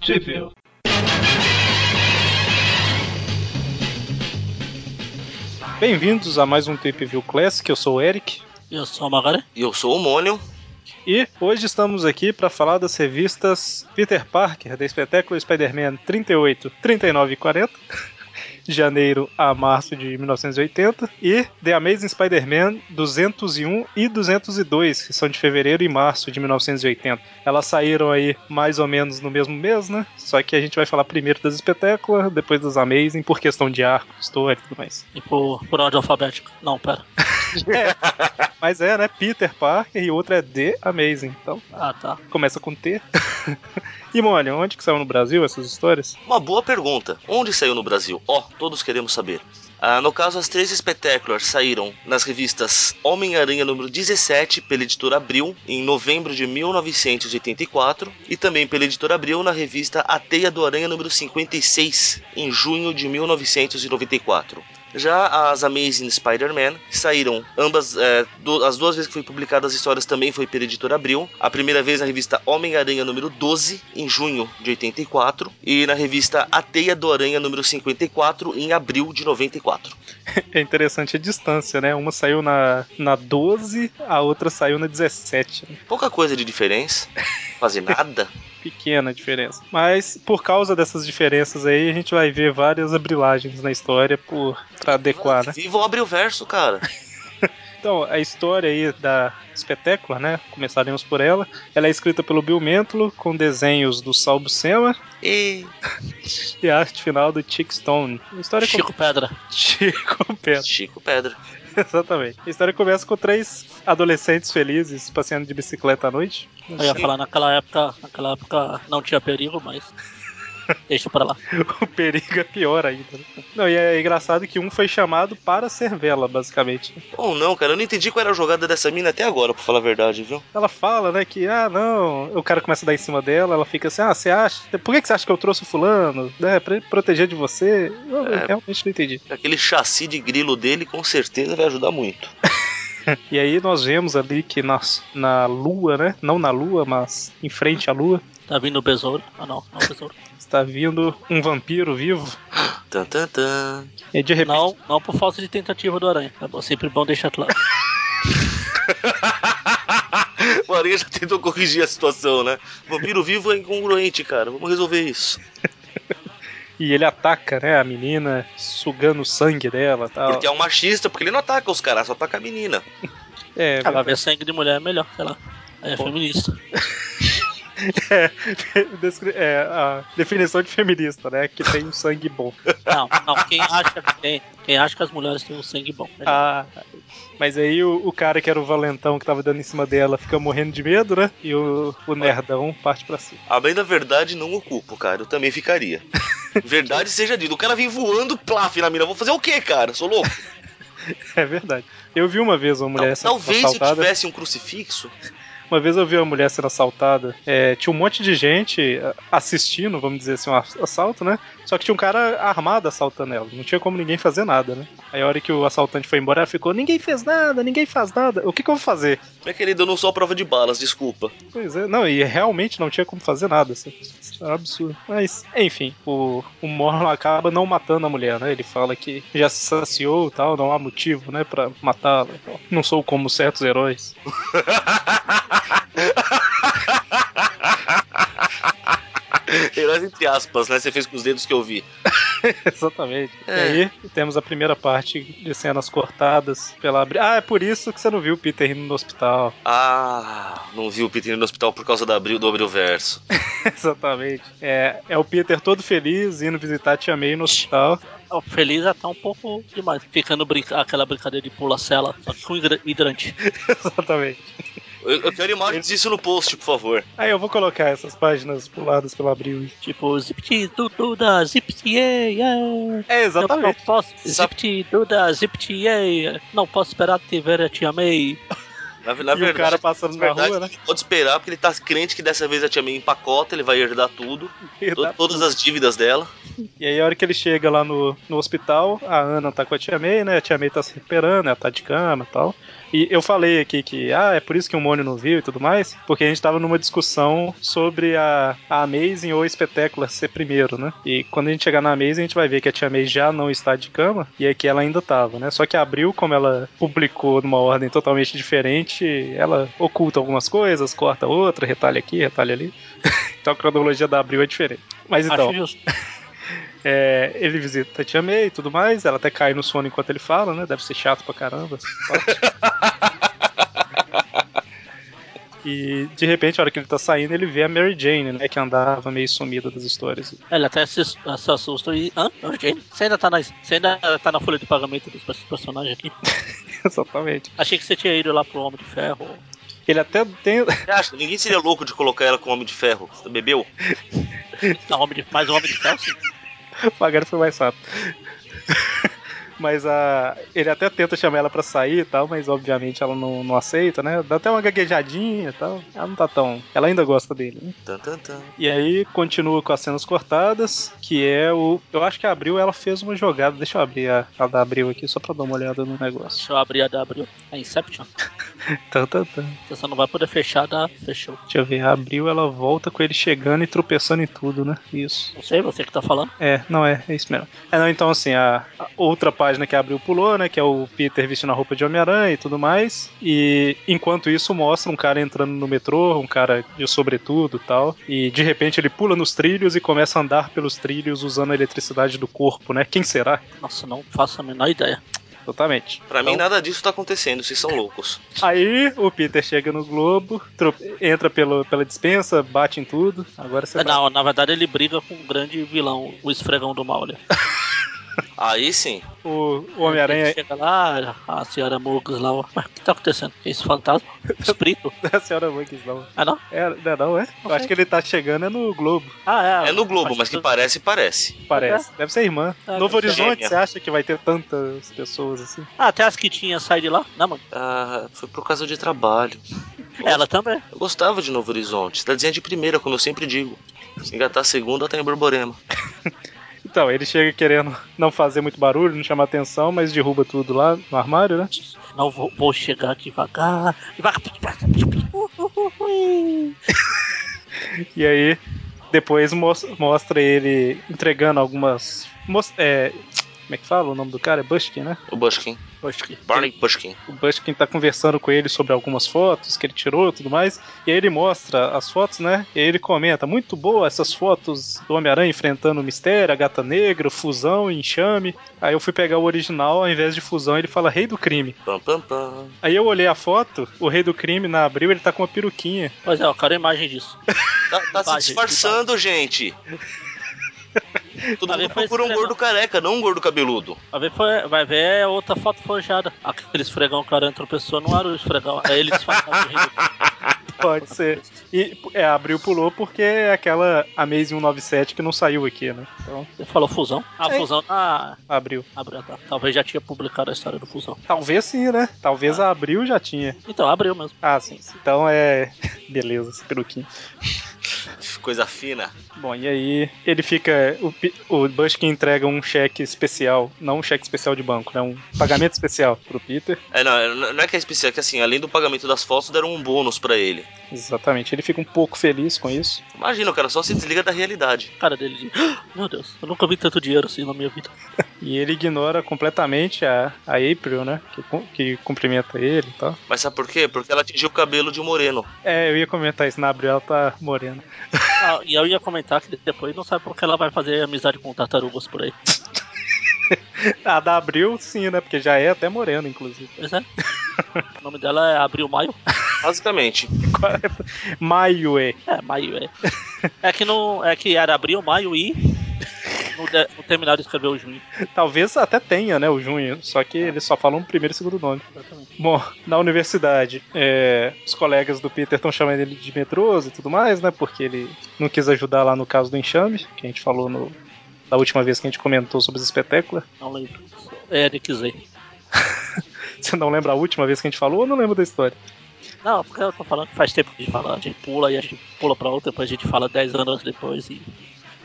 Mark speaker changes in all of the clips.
Speaker 1: Sheffield. Bem-vindos a mais um Tape View Classic, eu sou o Eric.
Speaker 2: Eu sou a Magara.
Speaker 3: E eu sou o Mônio.
Speaker 1: E hoje estamos aqui para falar das revistas Peter Parker, da espetáculo Spider-Man 38, 39 e 40, de janeiro a março de 1980, e The Amazing Spider-Man 201 e 202, que são de fevereiro e março de 1980. Elas saíram aí mais ou menos no mesmo mês, né? Só que a gente vai falar primeiro das espetáculas, depois das Amazing, por questão de arco, história e tudo mais.
Speaker 2: E por, por ordem alfabética. Não, pera.
Speaker 1: Mas é, né? Peter Parker e outra é The Amazing. Então,
Speaker 2: Ah, tá.
Speaker 1: começa com T. e, Mônio, onde que saiu no Brasil essas histórias?
Speaker 3: Uma boa pergunta. Onde saiu no Brasil? Ó, todos queremos saber. Ah, no caso, as três espetáculas saíram nas revistas Homem-Aranha número 17 pela editora Abril em novembro de 1984 e também pela editora Abril na revista A Teia do Aranha número 56 em junho de 1994. Já as Amazing Spider-Man saíram ambas, é, du- as duas vezes que foi publicada as histórias também foi pela editora Abril. A primeira vez na revista Homem-Aranha número 12, em junho de 84, e na revista A Teia do Aranha número 54, em abril de 94.
Speaker 1: É interessante a distância, né? Uma saiu na, na 12, a outra saiu na 17. né?
Speaker 3: Pouca coisa de diferença, quase nada.
Speaker 1: Pequena a diferença. Mas, por causa dessas diferenças aí, a gente vai ver várias abrilagens na história por, pra adequar, né?
Speaker 3: Viva o Abril Verso, cara.
Speaker 1: Então, a história aí da espetácula, né? Começaremos por ela. Ela é escrita pelo Bill Mentolo, com desenhos do Sal Buscema
Speaker 3: E
Speaker 1: e a arte final do Chick Stone. A história com-
Speaker 2: Chico Pedra.
Speaker 1: Chico Pedro.
Speaker 3: Chico Pedra.
Speaker 1: Exatamente. A história começa com três adolescentes felizes passeando de bicicleta à noite.
Speaker 2: Eu ia falar naquela época, naquela época não tinha perigo, mas. Deixa pra lá.
Speaker 1: O perigo é pior ainda. né? Não, e é engraçado que um foi chamado para ser vela, basicamente.
Speaker 3: Ou não, cara, eu não entendi qual era a jogada dessa mina até agora, pra falar a verdade, viu?
Speaker 1: Ela fala, né, que, ah, não, o cara começa a dar em cima dela, ela fica assim, ah, você acha? Por que que você acha que eu trouxe o fulano? Né, pra ele proteger de você? Eu
Speaker 3: É.
Speaker 1: realmente não entendi.
Speaker 3: Aquele chassi de grilo dele com certeza vai ajudar muito.
Speaker 1: E aí nós vemos ali que nas, na lua, né, não na lua, mas em frente à lua,
Speaker 2: Tá vindo o besouro. Ah, não, não o besouro.
Speaker 1: está vindo um vampiro vivo.
Speaker 3: Tan, tan, tan.
Speaker 1: E de repente...
Speaker 2: Não, não por falta de tentativa do aranha. É bom, sempre bom deixar claro.
Speaker 3: o Aranha já tentou corrigir a situação, né? Vampiro vivo é incongruente, cara. Vamos resolver isso.
Speaker 1: E ele ataca, né, a menina, sugando o sangue dela e tal.
Speaker 3: Porque é um machista, porque ele não ataca os caras, só ataca a menina.
Speaker 1: É,
Speaker 2: Ela vê sangue de mulher é melhor, sei lá. Aí É feminista.
Speaker 1: é, descri- é, a definição de feminista, né? Que tem um sangue bom.
Speaker 2: Não, não, quem acha, quem, quem acha que as mulheres têm um sangue bom.
Speaker 1: Ah, mas aí o, o cara que era o valentão que tava dando em cima dela fica morrendo de medo, né? E o, o nerdão parte pra cima.
Speaker 3: A bem da verdade não ocupo, cara. Eu também ficaria. Verdade seja dito. O cara vem voando, plaf na mina. Vou fazer o quê, cara? Sou louco?
Speaker 1: É verdade. Eu vi uma vez uma mulher sendo
Speaker 3: Talvez se eu
Speaker 1: assaltada.
Speaker 3: tivesse um crucifixo.
Speaker 1: Uma vez eu vi uma mulher sendo assaltada. É, tinha um monte de gente ah, assistindo, vamos dizer assim, um ass- assalto, né? Só que tinha um cara armado assaltando ela. Não tinha como ninguém fazer nada, né? Aí a hora que o assaltante foi embora, ela ficou: ninguém fez nada, ninguém faz nada. O que, que eu vou fazer?
Speaker 3: Minha querida, eu não sou a prova de balas, desculpa.
Speaker 1: Pois é, não, e realmente não tinha como fazer nada. Assim. Isso Era um absurdo. Mas, enfim, o, o Morlon acaba não matando a mulher, né? Ele fala que já se saciou e tal, não há motivo, né, pra matá-la e tal. Não sou como certos heróis.
Speaker 3: Heróis entre aspas, né? Você fez com os dedos que eu vi.
Speaker 1: Exatamente.
Speaker 3: É.
Speaker 1: E aí temos a primeira parte de cenas cortadas pela abri- Ah, é por isso que você não viu o Peter indo no hospital.
Speaker 3: Ah, não vi o Peter no hospital por causa da abril, do abril verso.
Speaker 1: Exatamente. É, é o Peter todo feliz indo visitar a Tia May no hospital.
Speaker 2: O feliz até um pouco demais. Ficando brinca aquela brincadeira de pula-cela, só que com hidra- hidrante.
Speaker 1: Exatamente.
Speaker 3: Eu, eu quero imagens disso no post, por favor.
Speaker 1: Aí eu vou colocar essas páginas puladas pelo abril.
Speaker 2: Tipo, zip duda, zip yeah.
Speaker 1: É,
Speaker 2: Não, não
Speaker 1: exatamente.
Speaker 2: posso,
Speaker 3: Sabe-
Speaker 2: zip duda, zip yeah. Não posso esperar te ver, eu te amei.
Speaker 3: Na, na
Speaker 1: e o
Speaker 3: verdade,
Speaker 1: cara passando na
Speaker 3: verdade,
Speaker 1: rua, né?
Speaker 3: Pode esperar, porque ele tá crente que dessa vez a tia May empacota, ele vai herdar tudo,
Speaker 1: E
Speaker 3: to-
Speaker 1: dá-
Speaker 3: todas as dívidas dela.
Speaker 1: E aí a hora que ele chega lá no, no hospital, a Ana tá com a Tia May, né? A Tia May tá se recuperando, ela tá de cama e tal. E eu falei aqui que, ah, é por isso que o Mônio não viu e tudo mais, porque a gente tava numa discussão sobre a, a Amazing ou a Espetácula ser primeiro, né? E quando a gente chegar na Amazing, a gente vai ver que a Tia May já não está de cama e aqui ela ainda tava, né? Só que abriu, como ela publicou numa ordem totalmente diferente, ela oculta algumas coisas, corta outra, retalha aqui, retalha ali. então a cronologia da abril é diferente. Mas então.
Speaker 2: Acho justo.
Speaker 1: É, ele visita a Tia May e tudo mais, ela até cai no sono enquanto ele fala, né? Deve ser chato pra caramba. e de repente, a hora que ele tá saindo, ele vê a Mary Jane, né? Que andava meio sumida das histórias.
Speaker 2: Ele até se, se assusta e. Hã? Mary Jane? Você ainda tá na, você ainda tá na folha de pagamento dos pers- personagens aqui?
Speaker 1: Exatamente.
Speaker 2: Achei que você tinha ido lá pro Homem de Ferro.
Speaker 1: Ele até tem.
Speaker 3: Você acha? Ninguém seria louco de colocar ela com Homem de Ferro. Você bebeu?
Speaker 2: Não, Homem de, mais um Homem de Ferro, sim.
Speaker 1: O Magari foi mais rápido. Mas a, ele até tenta chamar ela pra sair e tal, mas obviamente ela não, não aceita, né? Dá até uma gaguejadinha e tal. Ela não tá tão. Ela ainda gosta dele, né?
Speaker 3: Tan, tan, tan.
Speaker 1: E aí continua com as cenas cortadas, que é o. Eu acho que a Abril ela fez uma jogada. Deixa eu abrir a, a da Abril aqui só pra dar uma olhada no negócio.
Speaker 2: Deixa eu abrir a da abril. É Inception.
Speaker 1: Tan, tan, tan.
Speaker 2: Você só não vai poder fechar da. Fechou.
Speaker 1: Deixa eu ver. A Abril ela volta com ele chegando e tropeçando em tudo, né? Isso.
Speaker 2: Não sei, você que tá falando.
Speaker 1: É, não é, é isso mesmo. É, não, então assim, a, a outra página que a Abril pulou, né? Que é o Peter vestindo a roupa de Homem-Aranha e tudo mais. E enquanto isso mostra um cara entrando no metrô, um cara de sobretudo e tal. E de repente ele pula nos trilhos e começa a andar pelos trilhos usando a eletricidade do corpo, né? Quem será?
Speaker 2: Nossa, não faço a menor ideia.
Speaker 1: Totalmente.
Speaker 3: Pra mim, nada disso tá acontecendo, vocês são loucos.
Speaker 1: Aí o Peter chega no Globo, tro- entra pelo, pela dispensa, bate em tudo. Agora você
Speaker 2: É, Não, na verdade ele briga com o grande vilão, o esfregão do mal ali.
Speaker 3: Aí sim.
Speaker 1: O, o Homem-Aranha
Speaker 2: Ele Chega lá, ah, a senhora Muggs lá, ó, mas o que tá acontecendo? Que Esse fantasma? Espírito?
Speaker 1: da senhora Monkeys, não.
Speaker 2: Ah, não?
Speaker 1: É, não, é não é? Eu
Speaker 2: sei.
Speaker 1: acho que ele tá chegando é no Globo,
Speaker 2: Ah, é.
Speaker 3: É no Globo,
Speaker 2: Acho
Speaker 3: mas que parece, parece.
Speaker 1: parece. Deve ser a irmã.
Speaker 2: Ah,
Speaker 1: Novo
Speaker 2: deve
Speaker 3: ser.
Speaker 1: Horizonte,
Speaker 3: Gêmea.
Speaker 1: você acha que vai ter tantas pessoas assim?
Speaker 2: Ah, até as que tinha saído de lá? Não, mano.
Speaker 3: Ah, foi por causa de trabalho.
Speaker 2: Ela também.
Speaker 3: Eu gostava de Novo Horizonte. Cidadezinha de primeira, como eu sempre digo. Se engatar a segunda, tá em Borborema.
Speaker 1: Então, ele chega querendo não fazer muito barulho, não chamar atenção, mas derruba tudo lá no armário, né?
Speaker 2: Não vou, vou chegar devagar. Devagar. Uh, uh, uh, ui.
Speaker 1: E aí, depois mos- mostra ele entregando algumas. mos- é, como é que fala o nome do cara? É Bushkin, né?
Speaker 3: O Bushkin.
Speaker 2: Acho que-
Speaker 3: Barney Bushkin.
Speaker 1: o Bushkin tá conversando com ele sobre algumas fotos que ele tirou e tudo mais. E aí ele mostra as fotos, né? E aí ele comenta: muito boa essas fotos do Homem-Aranha enfrentando o mistério, a gata negra, fusão, enxame. Aí eu fui pegar o original, ao invés de fusão, ele fala rei do crime.
Speaker 3: Pam, pam, pam.
Speaker 1: Aí eu olhei a foto, o rei do crime na abril, ele tá com uma peruquinha.
Speaker 2: Pois é, eu quero a imagem disso.
Speaker 3: Tá, tá se
Speaker 2: Vai, gente,
Speaker 3: disfarçando, gente. Todo
Speaker 2: Mas
Speaker 3: mundo
Speaker 2: ele foi
Speaker 3: procura um
Speaker 2: esfregão.
Speaker 3: gordo careca, não um gordo cabeludo.
Speaker 2: Vai ver, foi- vai ver é outra foto forjada. Aquele esfregão que o Aranha tropeçou não era o esfregão. É ele disfarçado de rir.
Speaker 1: Pode ser. E é, a abril pulou porque é aquela Amazing 197 que não saiu aqui, né? Então,
Speaker 2: Você falou fusão? Ah,
Speaker 1: É.
Speaker 2: fusão. Ah,
Speaker 1: abril.
Speaker 2: abriu, tá. Talvez já tinha publicado a história do fusão.
Speaker 1: Talvez sim, né? Talvez a abril já tinha.
Speaker 2: Então, abriu mesmo.
Speaker 1: Ah, sim. sim. Então é. Beleza, esse peruquinho.
Speaker 3: Coisa fina.
Speaker 1: Bom, e aí ele fica. O, Pi- o Bushkin entrega um cheque especial. Não um cheque especial de banco, né? Um pagamento especial pro Peter.
Speaker 3: É, não, não é que é especial, é que assim, além do pagamento das fotos, deram um bônus pra ele.
Speaker 1: Exatamente. Ele fica um pouco feliz com isso.
Speaker 3: Imagina, o cara só se desliga da realidade.
Speaker 2: cara dele de. "Ah, Meu Deus, eu nunca vi tanto dinheiro assim na minha vida.
Speaker 1: E ele ignora completamente a, a April, né? Que, cu- que cumprimenta ele e tal.
Speaker 3: Mas sabe por quê? Porque ela atingiu o cabelo de um moreno.
Speaker 1: É, eu ia comentar isso na Abril, ela tá morena.
Speaker 2: Ah, e eu ia comentar que depois não sabe porque ela vai fazer amizade com tartarugas por aí.
Speaker 1: A da Abril, sim, né? Porque já é até morena, inclusive.
Speaker 2: Pois é. o nome dela é Abril Maio.
Speaker 3: Basicamente.
Speaker 1: Maio, é.
Speaker 2: É, Maio é. É que não. É que era Abril, Maio e. No, de, no terminal de escrever o junho.
Speaker 1: Talvez até tenha, né? O junho. Só que eles só falam o primeiro e o segundo nome.
Speaker 2: Exatamente.
Speaker 1: Bom, na universidade, é, os colegas do Peter estão chamando ele de metroso e tudo mais, né? Porque ele não quis ajudar lá no caso do enxame, que a gente falou no, da última vez que a gente comentou sobre os espetáculos.
Speaker 2: Não lembro. É, de quiser.
Speaker 1: Você não lembra a última vez que a gente falou ou não lembra da história?
Speaker 2: Não, porque eu tô falando que faz tempo que a gente fala. A gente pula e a gente pula pra outra, depois a gente fala 10 anos depois e.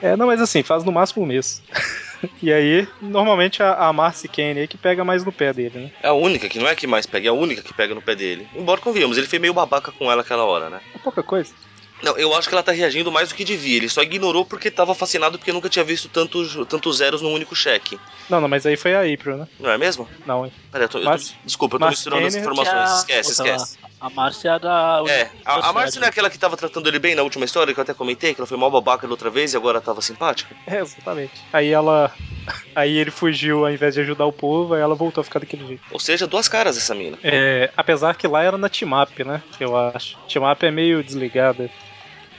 Speaker 1: É, não, mas assim, faz no máximo um mês. E aí, normalmente a, a Marcy Kane aí que pega mais no pé dele, né?
Speaker 3: É a única que não é que mais pega, é a única que pega no pé dele. Embora convenhamos, ele foi meio babaca com ela aquela hora, né?
Speaker 1: É pouca coisa.
Speaker 3: Não, eu acho que ela tá reagindo mais do que devia. Ele só ignorou porque tava fascinado porque nunca tinha visto tantos tantos zeros num único cheque.
Speaker 1: Não, não, mas aí foi a April, né?
Speaker 3: Não é mesmo?
Speaker 1: Não, hein?
Speaker 3: Peraí, eu tô, eu tô-
Speaker 1: Mas-
Speaker 3: desculpa, eu tô
Speaker 1: mas
Speaker 3: misturando as
Speaker 1: Kenner-
Speaker 3: informações.
Speaker 2: Que a-
Speaker 3: Esquece,
Speaker 2: Puta,
Speaker 3: esquece.
Speaker 2: Ah, A Márcia é da.
Speaker 3: É, a, a Marcia não é
Speaker 2: Universidade.
Speaker 3: aquela que tava tratando ele bem na última história, que eu até comentei, que ela foi mal babaca da outra vez e agora tava simpática?
Speaker 1: É, exatamente. Aí ela. Aí ele fugiu ao invés de ajudar o povo, aí ela voltou a ficar daquele jeito.
Speaker 3: Ou seja, duas caras essa mina. né?
Speaker 1: É, apesar que lá era na Timap, né? Eu acho. Timap é meio desligada.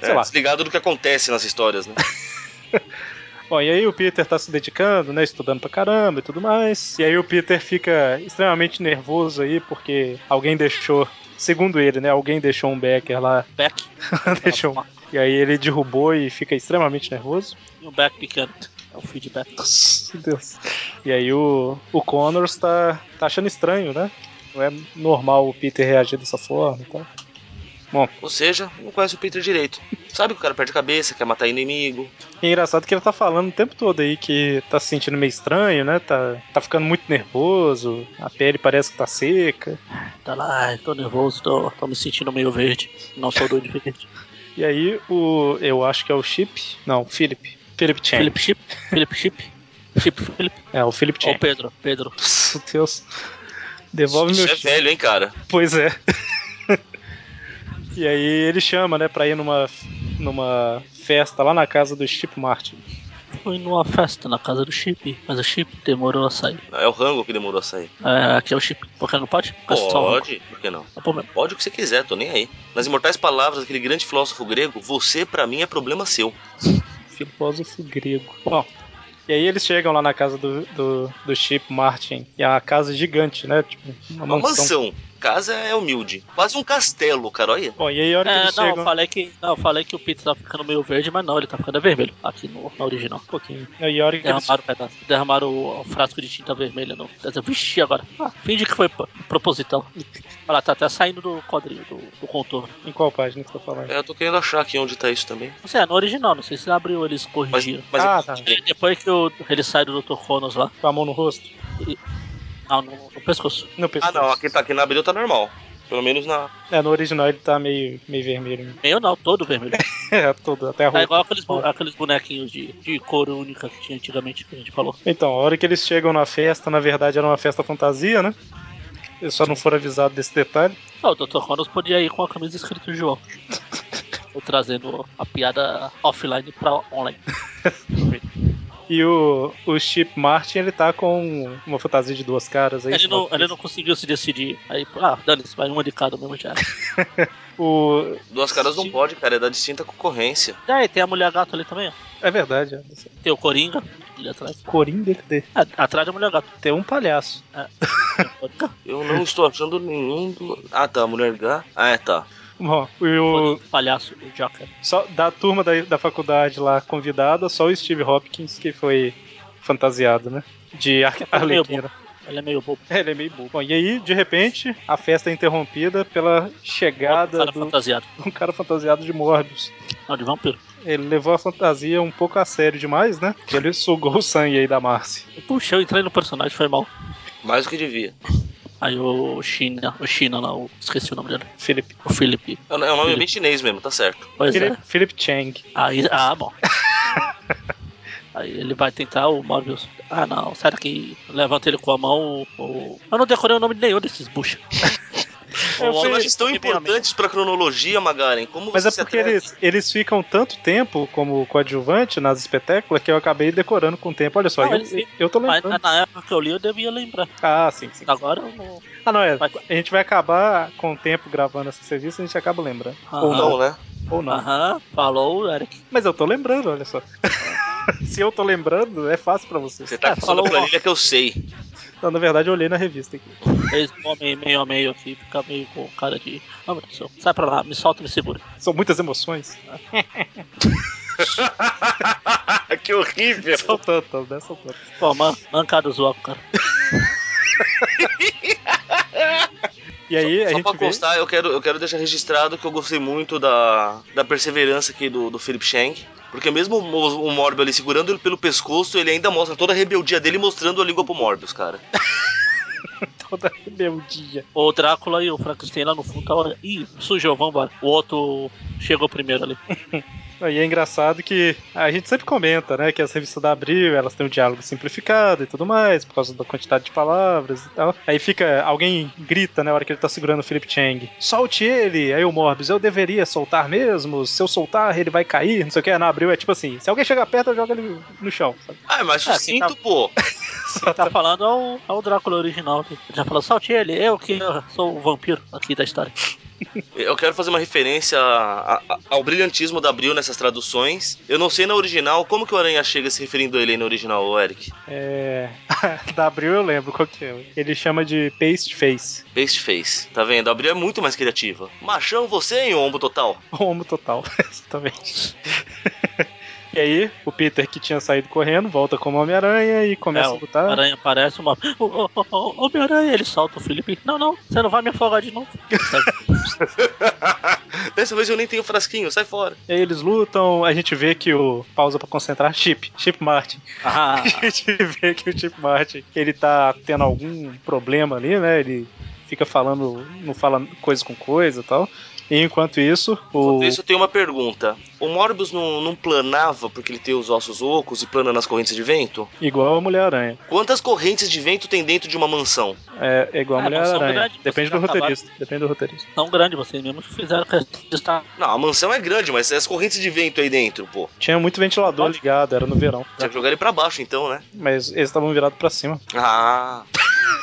Speaker 1: Sei
Speaker 3: É,
Speaker 1: lá.
Speaker 3: Desligado do que acontece nas histórias, né?
Speaker 1: Bom, e aí o Peter tá se dedicando, né? Estudando pra caramba e tudo mais. E aí o Peter fica extremamente nervoso aí, porque alguém deixou. Segundo ele, né? Alguém deixou um Becker
Speaker 3: é
Speaker 1: lá.
Speaker 2: Beck.
Speaker 1: deixou um- E aí ele derrubou e fica extremamente nervoso.
Speaker 2: E o Beck pequeno. É o feedback.
Speaker 1: Meu Deus. E aí o, o Connors tá, tá achando estranho, né? Não é normal o Peter reagir dessa forma e tal.
Speaker 3: Ou seja, não conhece o Peter direito. Sabe que o cara perde a cabeça, quer matar inimigo.
Speaker 1: E é engraçado que ele tá falando o tempo todo aí que tá se sentindo meio estranho, né? Tá, tá ficando muito nervoso, a pele parece que tá seca.
Speaker 2: Tá lá, ai, tô nervoso, tô, tô me sentindo meio verde. Não sou doido verde.
Speaker 1: E aí o. Eu acho que é o Chip. Não, o Philip. Philip Chen.
Speaker 2: Felipe Chip? Felipe Chip? Chip Felipe?
Speaker 1: É, o Philip
Speaker 2: Ou
Speaker 1: Chen.
Speaker 2: Pedro? Pedro.
Speaker 1: Meu Deus. Devolve
Speaker 3: Isso
Speaker 1: meu
Speaker 3: é
Speaker 1: chip.
Speaker 3: velho, hein, cara?
Speaker 1: Pois é. e aí ele chama, né, pra ir numa, numa festa lá na casa do Chip Martin.
Speaker 2: Fui numa festa na casa do Chip, mas o Chip demorou a sair.
Speaker 3: É o rango que demorou a sair.
Speaker 2: É, aqui é o Chip, porque não pode? É só-
Speaker 3: Pode, por que não?
Speaker 2: É problema.
Speaker 3: Pode o que você quiser, tô nem aí. Nas imortais palavras daquele grande filósofo grego, você pra mim é problema seu.
Speaker 1: Filósofo grego. Bom. E aí eles chegam lá na casa do, do, do Chip Martin. E é uma casa gigante, né? Tipo, uma,
Speaker 3: É Uma
Speaker 1: mansão.
Speaker 3: mansão. Casa é humilde. Quase um castelo, cara, olha.
Speaker 1: Bom, e aí a hora que
Speaker 2: É,
Speaker 1: eles
Speaker 2: não, eu
Speaker 1: chegam.
Speaker 2: falei que, não, eu falei que o Peter tá ficando meio verde, mas não, ele tá ficando vermelho aqui no, na original.
Speaker 1: Um pouquinho. E a hora que eles
Speaker 2: Derramaram, o pedaço, derramaram o, o frasco de tinta vermelha no. quer dizer, Vixe, agora. Ah, finge que foi pro- proposital. Olha lá, tá até saindo do quadrinho, do, do contorno.
Speaker 1: Em qual página que você tá falando?
Speaker 3: É, eu tô querendo achar aqui onde tá isso também.
Speaker 2: Não sei, é no original, não sei se abriu, eles
Speaker 3: Mas,
Speaker 2: corrigiram.
Speaker 3: mas
Speaker 1: ah, tá.
Speaker 2: E Depois que o- ele sai do Dr. Cronos lá,
Speaker 1: Com a mão no rosto?
Speaker 2: não, no, no pescoço.
Speaker 1: No
Speaker 3: Ah,
Speaker 1: pescoço.
Speaker 3: não, aqui tá aqui na abril tá normal. Pelo menos na.
Speaker 1: É, no original ele tá meio, meio vermelho.
Speaker 2: Meio não, todo vermelho.
Speaker 1: é, todo, até a
Speaker 2: Tá
Speaker 1: roupa.
Speaker 2: igual aqueles, bu- aqueles bonequinhos de, de cor única que tinha antigamente, que a gente falou.
Speaker 1: Então, a hora que eles chegam na festa, na verdade era uma festa fantasia, né? Eles só não foram avisados desse detalhe.
Speaker 2: Ah, o Dr. Cronos podia ir com a camisa escrita João. Ou trazendo a piada offline pra online.
Speaker 1: E o, o Chip Martin, ele tá com uma fantasia de duas caras aí.
Speaker 2: Ele não, ele não conseguiu se decidir. Aí, ah, dane-se, vai uma de cada mesmo já.
Speaker 1: O...
Speaker 3: Duas caras não pode, cara, é da distinta concorrência.
Speaker 2: Daí tem a mulher gato ali também, ó.
Speaker 1: É verdade, é.
Speaker 2: Tem o Coringa ali atrás.
Speaker 1: Coringa ele
Speaker 2: A- Atrás da mulher gato.
Speaker 1: tem um palhaço.
Speaker 2: Coringa.
Speaker 3: Eu não estou achando nenhum. do- Ah, tá, mulher H. Ah, é, tá.
Speaker 1: Bom, e o,
Speaker 2: Palhaço, o Joker.
Speaker 1: só, da turma da, da faculdade lá convidada, só o Steve Hopkins que foi fantasiado, né? De ar Arlequina.
Speaker 2: Ele é meio bobo.
Speaker 1: É, Ele é meio bobo. Bom, e aí, de repente, a festa é interrompida pela chegada
Speaker 2: Cara
Speaker 1: do,
Speaker 2: fantasiado.
Speaker 1: de um cara fantasiado de Morbius.
Speaker 2: Não, de vampiro.
Speaker 1: Ele levou a fantasia um pouco a sério demais, né? Porque ele sugou o sangue aí da Marcy.
Speaker 2: Puxa, eu entrei no personagem, foi mal.
Speaker 3: Mais do que devia.
Speaker 2: Aí o China, o China lá, o- esqueci o nome dele.
Speaker 1: Felipe.
Speaker 2: O Felipe.
Speaker 3: É o é o nome bem chinês mesmo, tá certo.
Speaker 2: Pois é.
Speaker 1: Felipe, Felipe Chang.
Speaker 2: Aí, ah, bom. Aí ele vai tentar o Morbius. Ah, não, sai daqui. Levanta ele com a mão. O, o- Eu não decorei o nome de nenhum desses bucha.
Speaker 1: Eu
Speaker 2: O homem-
Speaker 3: Personagens É, tão importantes pra cronologia, Magaren. Como
Speaker 1: Mas
Speaker 3: você
Speaker 1: é
Speaker 3: se
Speaker 1: porque
Speaker 3: atreve?
Speaker 1: eles, eles ficam tanto tempo como coadjuvante nas espetáculas que eu acabei decorando com o tempo. Olha só,
Speaker 2: Não,
Speaker 1: eu,
Speaker 2: eles ficam-
Speaker 1: eu tô
Speaker 2: Mas
Speaker 1: lembrando.
Speaker 2: na época que eu li, eu devia lembrar.
Speaker 1: Ah, sim, sim.
Speaker 3: Tá.
Speaker 2: Agora eu não.
Speaker 1: Ah, não, é.
Speaker 2: Vai-
Speaker 1: A gente vai acabar com o tempo gravando essa serviço a gente acaba lembrando. Ou
Speaker 2: Aham.
Speaker 3: Não, né?
Speaker 1: Ou não.
Speaker 2: Aham, falou o Eric.
Speaker 1: Mas eu tô lembrando, olha só. Se eu tô lembrando, é fácil pra vocês.
Speaker 3: Você tá
Speaker 2: É,
Speaker 3: com
Speaker 2: falou,
Speaker 3: falando planilha que eu sei.
Speaker 1: Não, na verdade, eu olhei na revista aqui.
Speaker 2: Fez um homem meio a meio aqui, fica meio com cara de. Ah, meu Deus, sai pra lá, me solta e me segura.
Speaker 1: São muitas emoções.
Speaker 3: Ah, que horrível.
Speaker 1: São tantas, né? São tantas.
Speaker 2: Pô, man, mancado zoar com o cara.
Speaker 1: E aí
Speaker 3: só
Speaker 1: É, a
Speaker 3: só
Speaker 1: gente
Speaker 3: pra
Speaker 1: vê.
Speaker 3: constar, eu quero, eu quero deixar registrado que eu gostei muito da, da perseverança aqui do, do Philip Chang. Porque mesmo o, Mo- o Morbius ali segurando ele pelo pescoço, ele ainda mostra toda a rebeldia dele mostrando a língua pro Morbius, cara.
Speaker 1: toda a rebeldia.
Speaker 2: O Drácula e o Frankenstein lá no fundo tava. Ih, sujou, vambora. O outro chegou primeiro ali.
Speaker 1: E é engraçado que a gente sempre comenta, né, que as revistas da Abril, elas têm um diálogo simplificado e tudo mais, por causa da quantidade de palavras e tal. Aí fica, alguém grita, né, na hora que ele tá segurando o Philip Chang, solte ele! Aí o Morbius, eu deveria soltar mesmo? Se eu soltar, ele vai cair, não sei o que. Na Abril é tipo assim, se alguém chegar perto, eu jogo ele no chão, sabe?
Speaker 3: Ah, mas
Speaker 2: Ah, quem
Speaker 3: sucinto, pô.
Speaker 2: Quem tá falando é o, é o Drácula original. que Já falou, salte ele, eu que sou o vampiro aqui da história.
Speaker 3: Eu quero fazer uma referência a- a- ao brilhantismo da Abril nessas traduções. Eu não sei na original, como que o Aranha chega se referindo a ele aí na original, ô, Eric?
Speaker 1: É... da Abril eu lembro qual que é. Ele chama de Paste Face,
Speaker 3: Face to face. Tá vendo? A Abril é muito mais criativa. Machão, você em ombro total.
Speaker 1: homo total, exatamente. E aí, o Peter que tinha saído correndo, volta como Homem-Aranha e começa
Speaker 2: É,
Speaker 1: a
Speaker 2: o
Speaker 1: lutar.
Speaker 2: Aranha parece uma. Ô, ô, ô, ô, Homem-Aranha, ele solta o Felipe. Não, não, você não vai me afogar de novo.
Speaker 3: Dessa vez eu nem tenho frasquinho, sai fora.
Speaker 1: E aí eles lutam, a gente vê que o. Pausa pra concentrar. Chip. Chip Martin.
Speaker 2: Ah,
Speaker 1: A gente vê que o Chip Martin ele tá tendo algum problema ali, né? Ele fica falando. Não fala coisa com coisa e tal. E enquanto isso, o.
Speaker 3: Por isso eu tenho uma pergunta. O Morbius não, não planava porque ele tem os ossos ocos e plana nas correntes de vento?
Speaker 1: Igual a Mulher-Aranha.
Speaker 3: Quantas correntes de vento tem dentro de uma mansão?
Speaker 1: É, é igual a
Speaker 2: É, não são
Speaker 1: Mulher-Aranha.
Speaker 2: grandes,
Speaker 1: Depende do
Speaker 2: vocês acabaram.
Speaker 1: roteirista. Depende do roteirista.
Speaker 2: tão grande vocês mesmos fizeram que está
Speaker 3: Não, a mansão é grande, mas é as correntes de vento aí dentro, pô.
Speaker 1: Tinha muito ventilador
Speaker 2: Nossa.
Speaker 1: ligado, era no verão. né?
Speaker 3: Tinha que jogar ele pra baixo então, né?
Speaker 1: Mas eles estavam virados pra cima.
Speaker 3: Ah.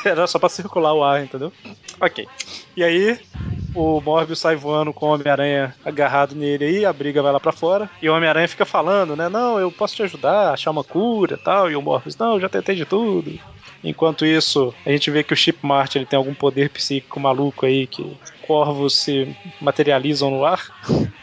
Speaker 1: Era só pra circular o ar, entendeu? Ok. E aí, o Morbius sai voando com o Homem-Aranha agarrado nele aí, a briga vai lá pra fora. E o Homem-Aranha fica falando, né? Não, eu posso te ajudar, a achar uma cura e tal. E o Morbius, não, eu já tentei de tudo. Enquanto isso, a gente vê que o Chip Marte ele tem algum poder psíquico maluco aí, que corvos se materializam no ar.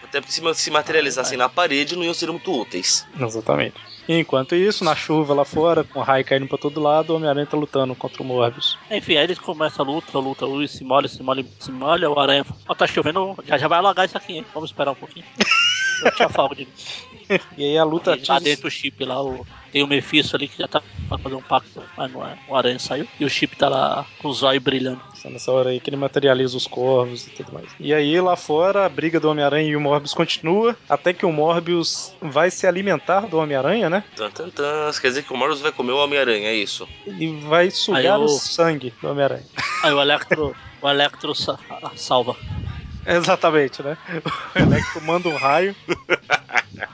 Speaker 3: Até porque se se materializassem na parede não iam ser muito úteis.
Speaker 1: Exatamente. Enquanto isso, na chuva lá fora, com o raio caindo pra todo lado, o Homem-Aranha tá lutando contra o Morbius.
Speaker 2: Enfim, aí eles começam a luta, a luta, ui, se molha, se molha, se molha, o aranha. Ó, tá chovendo, já, já vai alagar isso aqui, hein? Vamos esperar um pouquinho. Eu te afogo de
Speaker 1: E aí a luta
Speaker 2: lá dentro o chip lá, o- tem o Mephisto ali que já tá pra fazer um pacto, mas não é. O aranha saiu e o chip tá lá com os olhos brilhando.
Speaker 1: É nessa hora aí que ele materializa os corvos e tudo mais. E aí lá fora a briga do Homem-Aranha e o Morbius continua, até que o Morbius vai se alimentar do Homem-Aranha, né?
Speaker 3: Tan, tan, tan. Isso Quer dizer que o Morbius vai comer o Homem-Aranha, é isso?
Speaker 1: E vai sugar
Speaker 2: Aí o-
Speaker 1: o sangue do Homem-Aranha.
Speaker 2: Aí o Electro, o Electro sa- a- salva.
Speaker 1: Exatamente, né? O Electro manda um raio.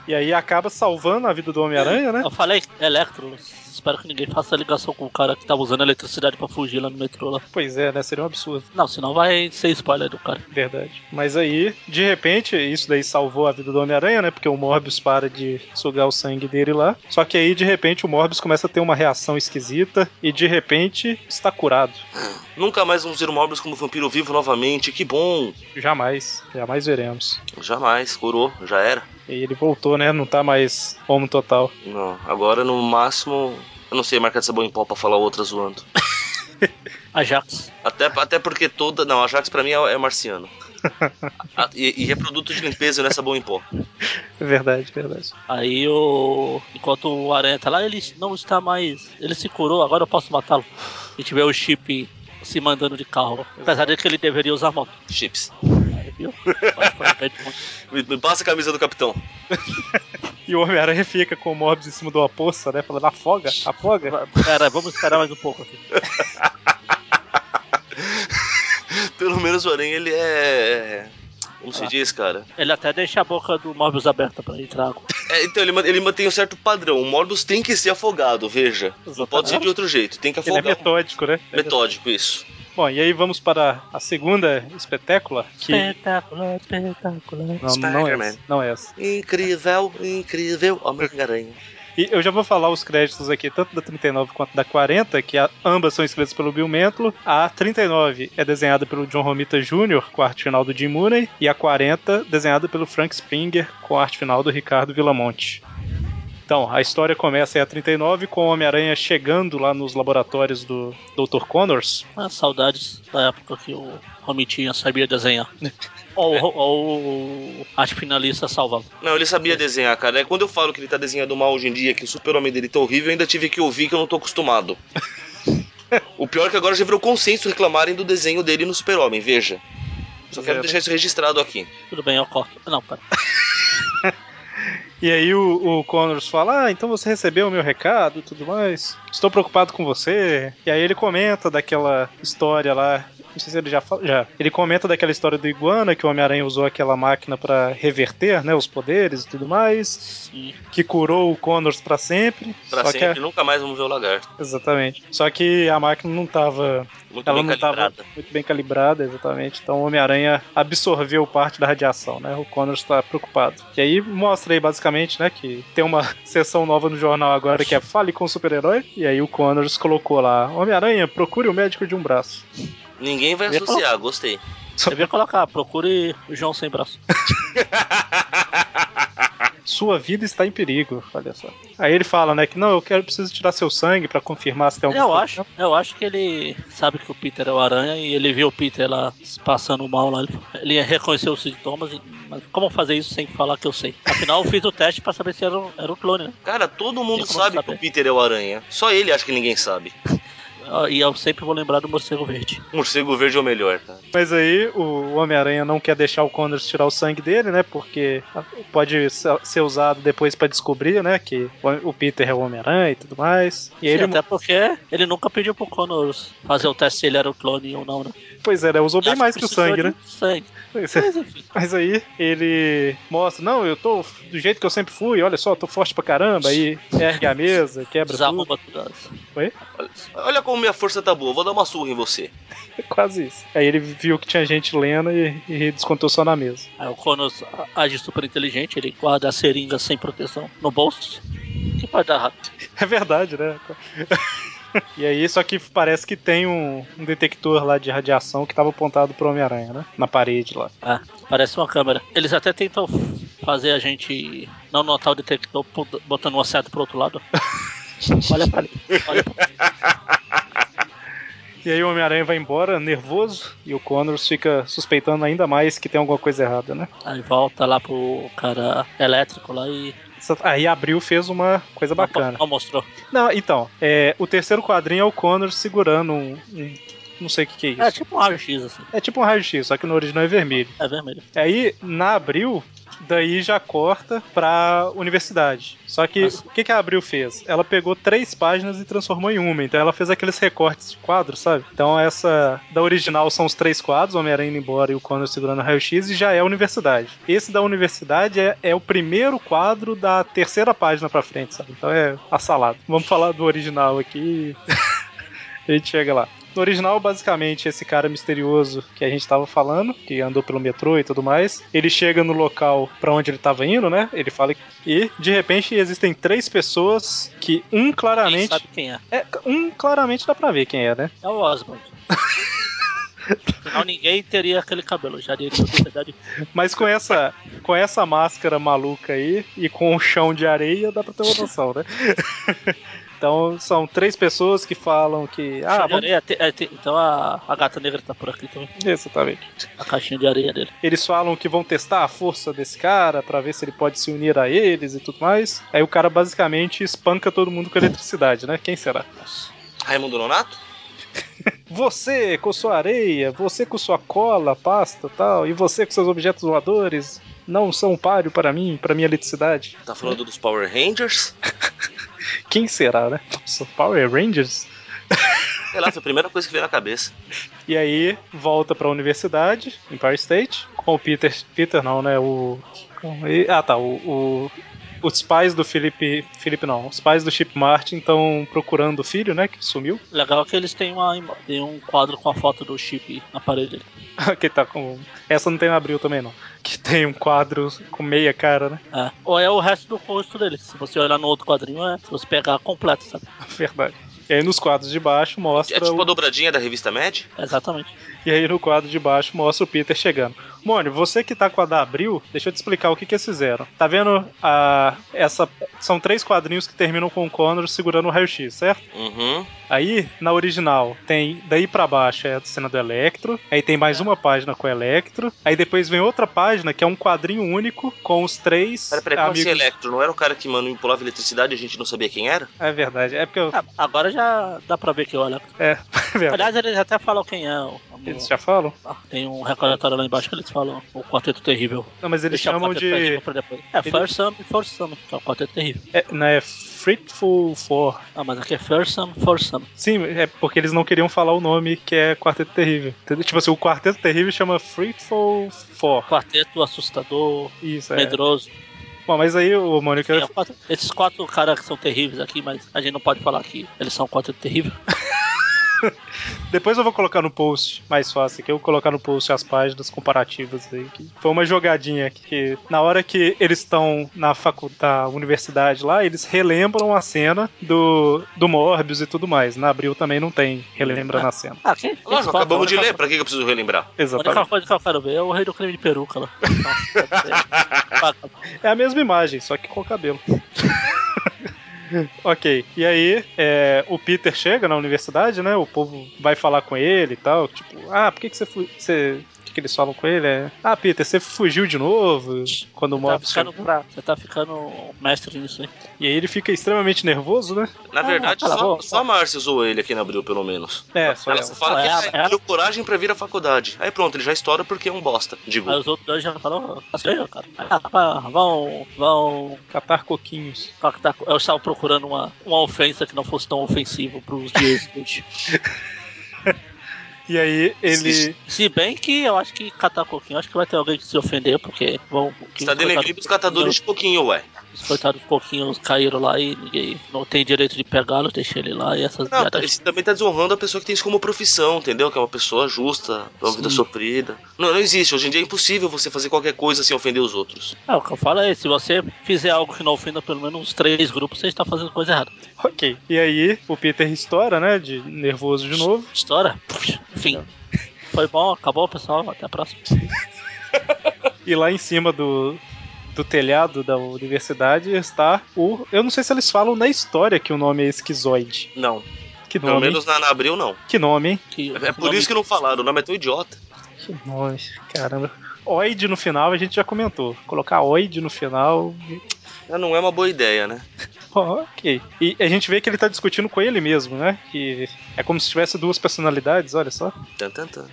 Speaker 1: e aí acaba salvando a vida do Homem-Aranha, né?
Speaker 2: Eu falei, Electro, espero que ninguém faça ligação com o cara que tava usando eletricidade pra fugir lá no metrô lá.
Speaker 1: Pois é, né? Seria um absurdo.
Speaker 2: Não, senão vai ser spoiler do cara.
Speaker 1: Verdade. Mas aí, de repente, isso daí salvou a vida do Homem-Aranha, né? Porque o Morbius para de sugar o sangue dele lá. Só que aí, de repente, o Morbius começa a ter uma reação esquisita e, de repente, está curado.
Speaker 3: Nunca mais vamos ver o Morbius como vampiro vivo novamente, que bom!
Speaker 1: Jamais, jamais veremos.
Speaker 3: Jamais, curou, já era.
Speaker 1: E ele voltou, né? Não tá mais homo total.
Speaker 3: Não, agora no máximo. Eu não sei marcar de sabão em pó pra falar outra zoando.
Speaker 2: Ajax.
Speaker 3: Até, até porque toda. Não, a Jax pra mim é, é marciano. A- e, e é produto de limpeza, não é sabão em pó.
Speaker 1: Verdade, verdade.
Speaker 2: Aí o. Enquanto o Aranha tá lá, ele não está mais. Ele se curou, agora eu posso matá-lo. A gente vê o chip se mandando de carro. Apesar de que ele deveria usar moto.
Speaker 3: Chips.
Speaker 2: Aí, viu? Mas foi bem de moto.
Speaker 3: Me, me passa a camisa do capitão.
Speaker 1: E o Homem-Aranha fica com o Morbius em cima de uma poça, né? Falando, afoga, afoga.
Speaker 2: Va- Pera, vamos esperar mais um pouco aqui.
Speaker 3: Pelo menos o aranha ele é. Como
Speaker 1: Ah.
Speaker 3: se diz, cara?
Speaker 2: Ele até deixa a boca do Morbius aberta pra entrar água.
Speaker 3: É, então ele, ma- ele mantém um certo padrão. O Morbius tem que ser afogado, veja. Não pode ser de outro jeito, tem que
Speaker 1: Ele é
Speaker 3: afogar.
Speaker 1: metódico, né?
Speaker 3: Metódico, isso.
Speaker 1: Bom, e aí vamos para a segunda espetácula, que...
Speaker 2: Espetacular, espetacular.
Speaker 1: Não, não é
Speaker 3: Spider-Man.
Speaker 1: essa, não é essa.
Speaker 3: Incrível, incrível, Homem-Aranha.
Speaker 1: E eu já vou falar os créditos aqui, tanto da 39 quanto da 40, que a- ambas são escritas pelo Bill Mantlo. A 39 é desenhada pelo John Romita Jr., com a arte final do Jim Mooney, e a 40 desenhada pelo Frank Springer, com a arte final do Ricardo Villamonte. Então, a história começa em a 39 com o Homem-Aranha chegando lá nos laboratórios do Dr. Connors.
Speaker 2: Ah, saudades da época que o Romitinha sabia desenhar. ou, ou, ou arte finalista salvava.
Speaker 3: Não, ele sabia desenhar, cara. É quando eu falo que ele tá desenhando mal hoje em dia, que o super-homem dele tá horrível, eu ainda tive que ouvir que eu não tô acostumado. o pior é que agora já virou consenso reclamarem do desenho dele no super-homem, veja. Só
Speaker 1: É.
Speaker 3: quero deixar isso registrado aqui.
Speaker 2: Tudo bem, eu corto. Não, pera.
Speaker 1: E aí o, o Connors fala: Ah, então você recebeu o meu recado e tudo mais. Estou preocupado com você. E aí ele comenta daquela história lá. Não sei se ele já fala. Já. Ele comenta daquela história do Iguana, que o Homem-Aranha usou aquela máquina pra reverter, né? Os poderes e tudo mais.
Speaker 2: Sim.
Speaker 1: Que curou o Connors pra sempre.
Speaker 3: Pra
Speaker 1: Só que
Speaker 3: sempre,
Speaker 1: a-
Speaker 3: nunca mais vamos ver o lagarto.
Speaker 1: Exatamente. Só que a máquina não tava
Speaker 3: Muito
Speaker 1: ela
Speaker 3: bem
Speaker 1: não estava
Speaker 3: calibrada.
Speaker 1: muito bem calibrada, exatamente. Então o Homem-Aranha absorveu parte da radiação, né? O Connors está preocupado. E aí mostra aí basicamente, né, que tem uma sessão nova no jornal agora que é Fale com o Super-Herói. E aí o Connors colocou lá: Homem-Aranha, procure o médico de um braço.
Speaker 3: Ninguém vai
Speaker 2: Eu ia
Speaker 3: associar, gostei.
Speaker 2: Devia colocar, procure o João sem braço.
Speaker 1: Sua vida está em perigo, olha só. Aí ele fala, né, que não, eu quero preciso tirar seu sangue para confirmar se tem algum
Speaker 2: Eu acho, eu acho que ele sabe que o Peter é o Aranha e ele viu o Peter lá se passando mal lá. Ele, ele reconheceu os sintomas, e- mas como fazer isso sem falar que eu sei? Afinal, eu fiz o teste pra saber se era um, era um clone, né?
Speaker 3: Cara, todo
Speaker 2: Eu
Speaker 3: mundo
Speaker 2: como
Speaker 3: sabe que
Speaker 2: saber.
Speaker 3: o Peter é o aranha. Só ele acha que ninguém sabe.
Speaker 2: Ah, E eu sempre vou lembrar do morcego verde.
Speaker 3: Morcego verde é o melhor, cara.
Speaker 1: Mas aí o Homem-Aranha não quer deixar o Connors tirar o sangue dele, né? Porque pode ser ser usado depois pra descobrir, né? Que o Peter é o Homem-Aranha e tudo mais. E aí
Speaker 2: Sim,
Speaker 1: ele,
Speaker 2: Até porque ele nunca pediu pro Connors fazer o teste se ele era o clone ou não, né?
Speaker 1: pois é, né, usou bem
Speaker 2: Acho
Speaker 1: mais que o
Speaker 2: precisou
Speaker 1: sangue,
Speaker 2: de um-
Speaker 1: né?
Speaker 2: Sangue.
Speaker 1: Pois é.
Speaker 2: Mas, enfim,
Speaker 1: Mas aí ele mostra, não, eu tô do jeito que eu sempre fui, olha só, eu tô forte pra caramba. Aí ergue a mesa, quebra tudo.
Speaker 2: desarruma tudo.
Speaker 3: Olha como minha força tá boa, vou dar uma surra em você.
Speaker 1: É Quase isso. Aí ele viu que tinha gente lendo e, e descontou só na mesa.
Speaker 2: Aí o Connors age super inteligente, ele guarda a seringa sem proteção no bolso. Que pode dar rápido.
Speaker 1: É verdade, né? E aí, só que parece que tem um, um detector lá de radiação que tava apontado pro Homem-Aranha, né? Na parede lá.
Speaker 2: Ah, parece uma câmera. Eles até tentam f- fazer a gente não notar o detector por- botando uma seta pro outro lado. Olha pra ali. Olha pra...
Speaker 1: E aí o Homem-Aranha vai embora, nervoso, e o Connors fica suspeitando ainda mais que tem alguma coisa errada, né?
Speaker 2: Aí volta lá pro cara elétrico lá e.
Speaker 1: Só- Aí Abril fez uma coisa bacana.
Speaker 2: Não, não mostrou.
Speaker 1: Não, então, é, o terceiro quadrinho é o Connors segurando um. um- não sei o que, que é
Speaker 2: É
Speaker 1: isso.
Speaker 2: tipo um raio-x assim.
Speaker 1: É tipo um raio-x, só que no original é vermelho.
Speaker 2: É vermelho.
Speaker 1: Aí, na Abril, daí já corta pra universidade. Só que
Speaker 2: Nossa.
Speaker 1: o que, que a Abril fez? Ela pegou três páginas e transformou em uma. Então ela fez aqueles recortes de quadros, sabe? Então essa da original são os três quadros, o Homem-Aranha indo embora e o Connor segurando o raio-x, e já é a universidade. Esse da universidade é, é o primeiro quadro da terceira página pra frente, sabe? Então é assalado. Vamos falar do original aqui. A gente chega lá. No original, basicamente, esse cara misterioso que a gente tava falando, que andou pelo metrô e tudo mais, ele chega no local pra onde ele tava indo, né? Ele fala e de repente existem três pessoas que um
Speaker 2: Quem
Speaker 1: claramente,
Speaker 2: sabe quem é?
Speaker 1: é, um claramente dá pra ver quem é, né?
Speaker 2: É o Osmond. Afinal, ninguém teria aquele cabelo, já diria é a sociedade.
Speaker 1: Mas com essa com essa máscara maluca aí e com o chão de areia dá pra ter uma noção, né? Então são três pessoas que falam que ah,
Speaker 2: Chão de
Speaker 1: vamos...
Speaker 2: areia, te- é, te- então a, a gata negra tá por aqui também.
Speaker 1: exatamente.
Speaker 2: A caixinha de areia dele.
Speaker 1: Eles falam que vão testar a força desse cara pra ver se ele pode se unir a eles e tudo mais. Aí o cara basicamente espanca todo mundo com eletricidade, né? Quem será?
Speaker 2: Nossa.
Speaker 3: Raimundo Nonato?
Speaker 1: Você com sua areia, você com sua cola, pasta, tal, e você com seus objetos voadores não são um páreo para mim, para minha eletricidade.
Speaker 3: Tá
Speaker 2: Hum.
Speaker 3: falando dos Power Rangers?
Speaker 1: Quem será, né? Nossa, Power Rangers?
Speaker 3: Sei lá, foi a primeira coisa que veio na cabeça.
Speaker 1: E aí volta pra universidade, Empire State, com o Peter, Peter não, né? O com- e- ah tá, o, o- os pais do Felipe, Felipe não, os pais do Chip Martin estão procurando o filho, né? Que sumiu,
Speaker 2: Legal é que eles têm, uma, ima- têm um quadro com a foto do chip na parede.
Speaker 1: que tá com essa não tem na abril também não, que tem um quadro com meia cara, né?
Speaker 2: É. Ou é o resto do rosto dele. Se você olhar no outro quadrinho, é se você pegar completo, sabe?
Speaker 1: Verdade. E aí nos quadros de baixo mostra
Speaker 3: É tipo
Speaker 1: o-
Speaker 3: a dobradinha da revista Mad?
Speaker 2: Exatamente.
Speaker 1: E aí no quadro de baixo mostra o Peter chegando. Mônio, você que tá com a da Abril, deixa eu te explicar o que, que eles fizeram. Tá vendo a, essa, são três quadrinhos que terminam com o Connor segurando o raio-x, certo?
Speaker 3: Uhum.
Speaker 1: Aí, na original, tem daí pra baixo é a cena do Electro, aí tem mais uma página com o Electro, aí depois vem outra página que é um quadrinho único com os três
Speaker 3: Pera, pera,
Speaker 1: amigos.
Speaker 3: esse Electro não era o cara que manipulava eletricidade e a gente não sabia quem era?
Speaker 1: É verdade, é porque eu...
Speaker 2: Ah, agora já dá pra ver que olha.
Speaker 1: É, é verdade.
Speaker 2: Aliás, eles até falam quem é. o-
Speaker 1: Eles já falam?
Speaker 2: Ah, Tem um recordatório lá embaixo que eles falam o Quarteto Terrível.
Speaker 1: Não, mas eles
Speaker 2: Deixar o
Speaker 1: chamam
Speaker 2: Quarteto Terrível
Speaker 1: de.
Speaker 2: pra depois. É,
Speaker 1: Ele-
Speaker 2: First Sum e First Sum, que é o Quarteto Terrível.
Speaker 1: É, não é Fruitful Four.
Speaker 2: Ah, mas aqui é First Sum, First Sum.
Speaker 1: Sim, é porque eles não queriam falar o nome que é Quarteto Terrível. Entendeu? Tipo assim, o Quarteto Terrível chama Fruitful Four.
Speaker 2: Quarteto Assustador,
Speaker 1: Isso, é.
Speaker 2: Medroso.
Speaker 1: Bom, mas aí, ô, Mônica,
Speaker 2: Sim, é o quarteto- Esses quatro caras que são terríveis aqui, mas a gente não pode falar que eles são um Quarteto Terrível. é.
Speaker 1: Depois eu vou colocar no post, mais fácil aqui. Eu vou colocar no post as páginas comparativas aí. Que foi uma jogadinha que, na hora que eles estão na faculdade, universidade lá, eles relembram a cena do, do Morbius e tudo mais. Na Abril também não tem relembrando a cena.
Speaker 2: Ah, quem? quem
Speaker 3: Lógico,
Speaker 2: fala-
Speaker 3: acabamos de
Speaker 2: a única-
Speaker 3: ler, pra que que eu preciso relembrar?
Speaker 2: A única
Speaker 1: Exatamente.
Speaker 2: coisa que eu quero ver é o rei do crime de peruca lá.
Speaker 1: É a mesma imagem, só que com o cabelo. ok, e aí é, o Peter chega na universidade, né? O povo vai falar com ele e tal. Tipo, ah, por que, que você. fu- você... O que, que eles falam com ele? É, ah, Peter, você fugiu de novo quando o
Speaker 2: Tá
Speaker 1: Morbius
Speaker 2: ficando
Speaker 1: chegou."
Speaker 2: pra- Você tá ficando mestre nisso aí.
Speaker 1: E aí ele fica extremamente nervoso, né?
Speaker 3: Na verdade,
Speaker 2: É, cala a
Speaker 3: só,
Speaker 2: boca.
Speaker 3: só a Márcia zoou ele aqui na Abril, pelo menos.
Speaker 1: É, só
Speaker 3: ela
Speaker 1: ela.
Speaker 3: só fala
Speaker 2: Só
Speaker 3: que
Speaker 2: ela, ela.
Speaker 3: deu coragem pra vir à faculdade. Aí pronto, ele já estoura porque é um bosta. Digo,
Speaker 2: Aí os outros dois já falaram, "Ah, sério, cara. Ah, pá, vão, vão.
Speaker 1: um
Speaker 2: tá,
Speaker 1: Catar coquinhos.
Speaker 2: Eu estava procurando uma, uma ofensa que não fosse tão ofensiva pros dias de hoje.
Speaker 1: E aí ele.
Speaker 2: Se bem que eu acho que catar coquinho, acho que vai ter alguém que se ofender, porque vão. que
Speaker 3: está
Speaker 2: os coitados-
Speaker 3: denegrindo os tá catadores de pouquinho, ué.
Speaker 2: Os coitados coquinhos caíram lá e ninguém não tem direito de pegá-lo, deixa ele lá e essas
Speaker 3: Não,
Speaker 2: piadas.
Speaker 3: ele também tá desonrando a pessoa que tem isso como profissão, entendeu? Que é uma pessoa justa, uma vida sofrida. Não, não existe. Hoje em dia é impossível você fazer qualquer coisa sem ofender os outros.
Speaker 2: Ah, o que eu falo é, se você fizer algo que não ofenda pelo menos uns três grupos, você está fazendo coisa errada.
Speaker 1: Ok. E aí o Peter estoura, né? De nervoso de novo.
Speaker 2: História? Puxa, Fim. Foi bom, acabou, pessoal. Até a próxima.
Speaker 1: E lá em cima do, do telhado da universidade está o. Eu não sei se eles falam na história que o nome é esquizoide.
Speaker 3: Não.
Speaker 1: Que
Speaker 3: Pelo
Speaker 1: nome?
Speaker 3: menos na, na Abril, não.
Speaker 1: Que nome, hein?
Speaker 2: Que-
Speaker 3: É, é por isso que não falaram. O nome é tão idiota.
Speaker 1: Que nome, caramba. Oid no final a gente já comentou. Colocar oid no final.
Speaker 3: Já não é uma boa ideia, né?
Speaker 1: Ok. E a gente vê que ele tá discutindo com ele mesmo, né? Que é como se tivesse duas personalidades, olha só.
Speaker 3: Tan, tan, tan.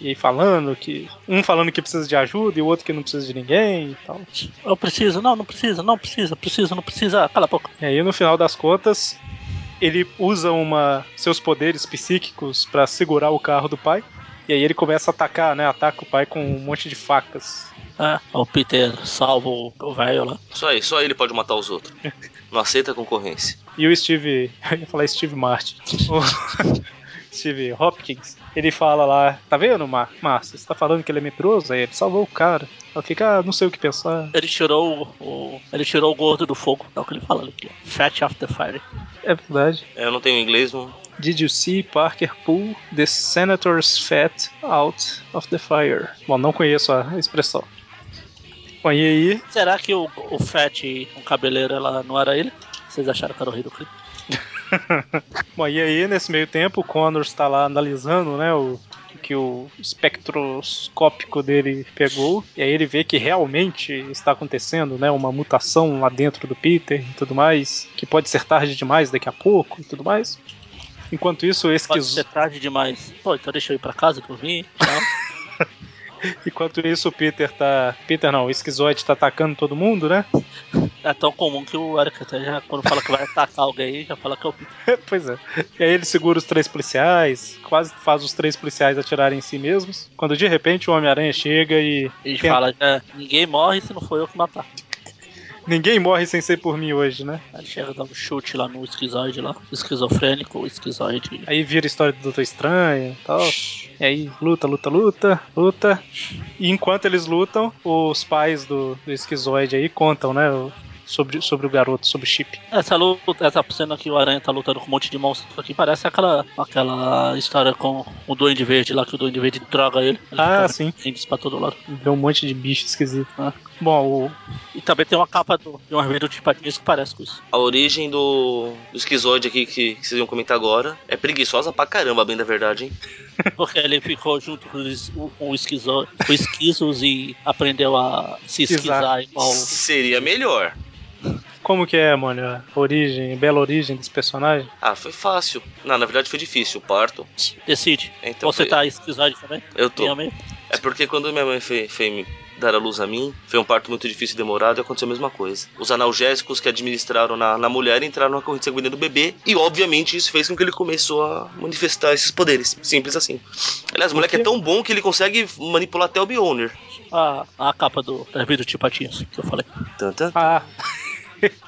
Speaker 1: E aí falando que. Um falando que precisa de ajuda e o outro que não precisa de ninguém e tal.
Speaker 2: Eu preciso, não, não precisa, não precisa, precisa, não precisa. Cala a boca.
Speaker 1: E aí, no final das contas, ele usa uma seus poderes psíquicos pra segurar o carro do pai. E aí ele começa a atacar, né? Ataca o pai com um monte de facas.
Speaker 2: Ah, o Peter salva o- o velho lá.
Speaker 3: Só ele, só ele pode matar os outros. Não aceita a concorrência.
Speaker 1: E o Steve. Eu ia falar Steve Martin. O Steve Hopkins. Ele fala lá: Tá vendo, Mar Márcio? Você tá falando que ele é medroso? Aí ele salvou o cara. Ela fica, ah, não sei o que pensar.
Speaker 2: Ele tirou o, o- Ele tirou o gordo do fogo. É o que ele fala ali. que é Fat after fire.
Speaker 1: É verdade.
Speaker 3: É, Eu não tenho inglês, não.
Speaker 1: Did you see Parker pull the senator's fat out of the fire? Bom, não conheço a expressão. Bom, e aí,
Speaker 2: Será que o, o Fat, o cabeleiro, ela não era ele? Vocês acharam que era o rei do clipe?
Speaker 1: Bom, e aí, nesse meio tempo, o Connors está lá analisando, né, o o que o espectroscópico dele pegou, e aí ele vê que realmente está acontecendo, né, uma mutação lá dentro do Peter e tudo mais, que pode ser tarde demais daqui a pouco e tudo mais. Enquanto isso, o
Speaker 2: Pode
Speaker 1: esquizo...
Speaker 2: ser tarde demais. Pô, então deixa eu ir pra casa dormir. Tá?
Speaker 1: enquanto isso, o Peter tá, Peter não, o esquizoide tá atacando todo mundo, né?
Speaker 2: É tão comum que o Eric até já, quando fala que vai atacar alguém, já fala que é o Peter.
Speaker 1: pois é. E aí ele segura os três policiais, quase faz os três policiais atirarem em si mesmos, quando de repente o Homem-Aranha chega e
Speaker 2: E
Speaker 1: Quem-
Speaker 2: fala, é, ninguém morre se não foi eu que matar.
Speaker 1: ninguém morre sem ser por mim hoje, né?
Speaker 2: Aí ele chega e dá um chute lá no esquizoide lá. Esquizofrênico, esquizoide.
Speaker 1: Aí vira a história do Doutor Estranho e tal. E aí luta, luta, luta, luta. E enquanto eles lutam, os pais do, do esquizoide aí contam, né? o- Sobre, sobre o garoto, sobre o chip.
Speaker 2: Essa luta, essa cena que o Aranha tá lutando com um monte de monstro aqui, parece aquela, aquela história com o Duende Verde lá, que o Duende Verde droga ele. ele
Speaker 1: Ah,
Speaker 2: fica
Speaker 1: sim.
Speaker 2: índice pra todo lado.
Speaker 1: Deu um monte de bicho esquisito.
Speaker 2: Ah.
Speaker 1: Bom, o-
Speaker 2: E também tem uma capa do, de um armário do Tipadinhas que parece com isso.
Speaker 3: A origem do, do esquizoide aqui que, que vocês iam comentar agora é preguiçosa pra caramba, bem da verdade, hein?
Speaker 2: Porque ele ficou junto com os, com os, esquizo, com os esquizos e aprendeu a se
Speaker 1: Esquizar.
Speaker 2: esquizar igual.
Speaker 3: Seria melhor.
Speaker 1: como que é, mano, a origem, bela origem desse personagem?
Speaker 3: Ah, foi fácil. Não, na verdade foi difícil, o parto.
Speaker 2: Decide.
Speaker 3: Então
Speaker 2: Você
Speaker 3: foi-
Speaker 2: tá esquizoide também?
Speaker 3: Eu tô.
Speaker 2: Minha mãe?
Speaker 3: É porque quando minha mãe foi, foi me dar a luz a mim, foi um parto muito difícil e demorado e aconteceu a mesma coisa. Os analgésicos que administraram na, na mulher entraram na corrente sanguínea do bebê e, obviamente, isso fez com que ele começou a manifestar esses poderes. Simples assim. Aliás, o moleque é
Speaker 1: quê?
Speaker 3: tão bom que ele consegue manipular até o Beyonder.
Speaker 2: A, a capa do armário do Tipadinhas que eu falei.
Speaker 3: Tanta.
Speaker 1: Ah,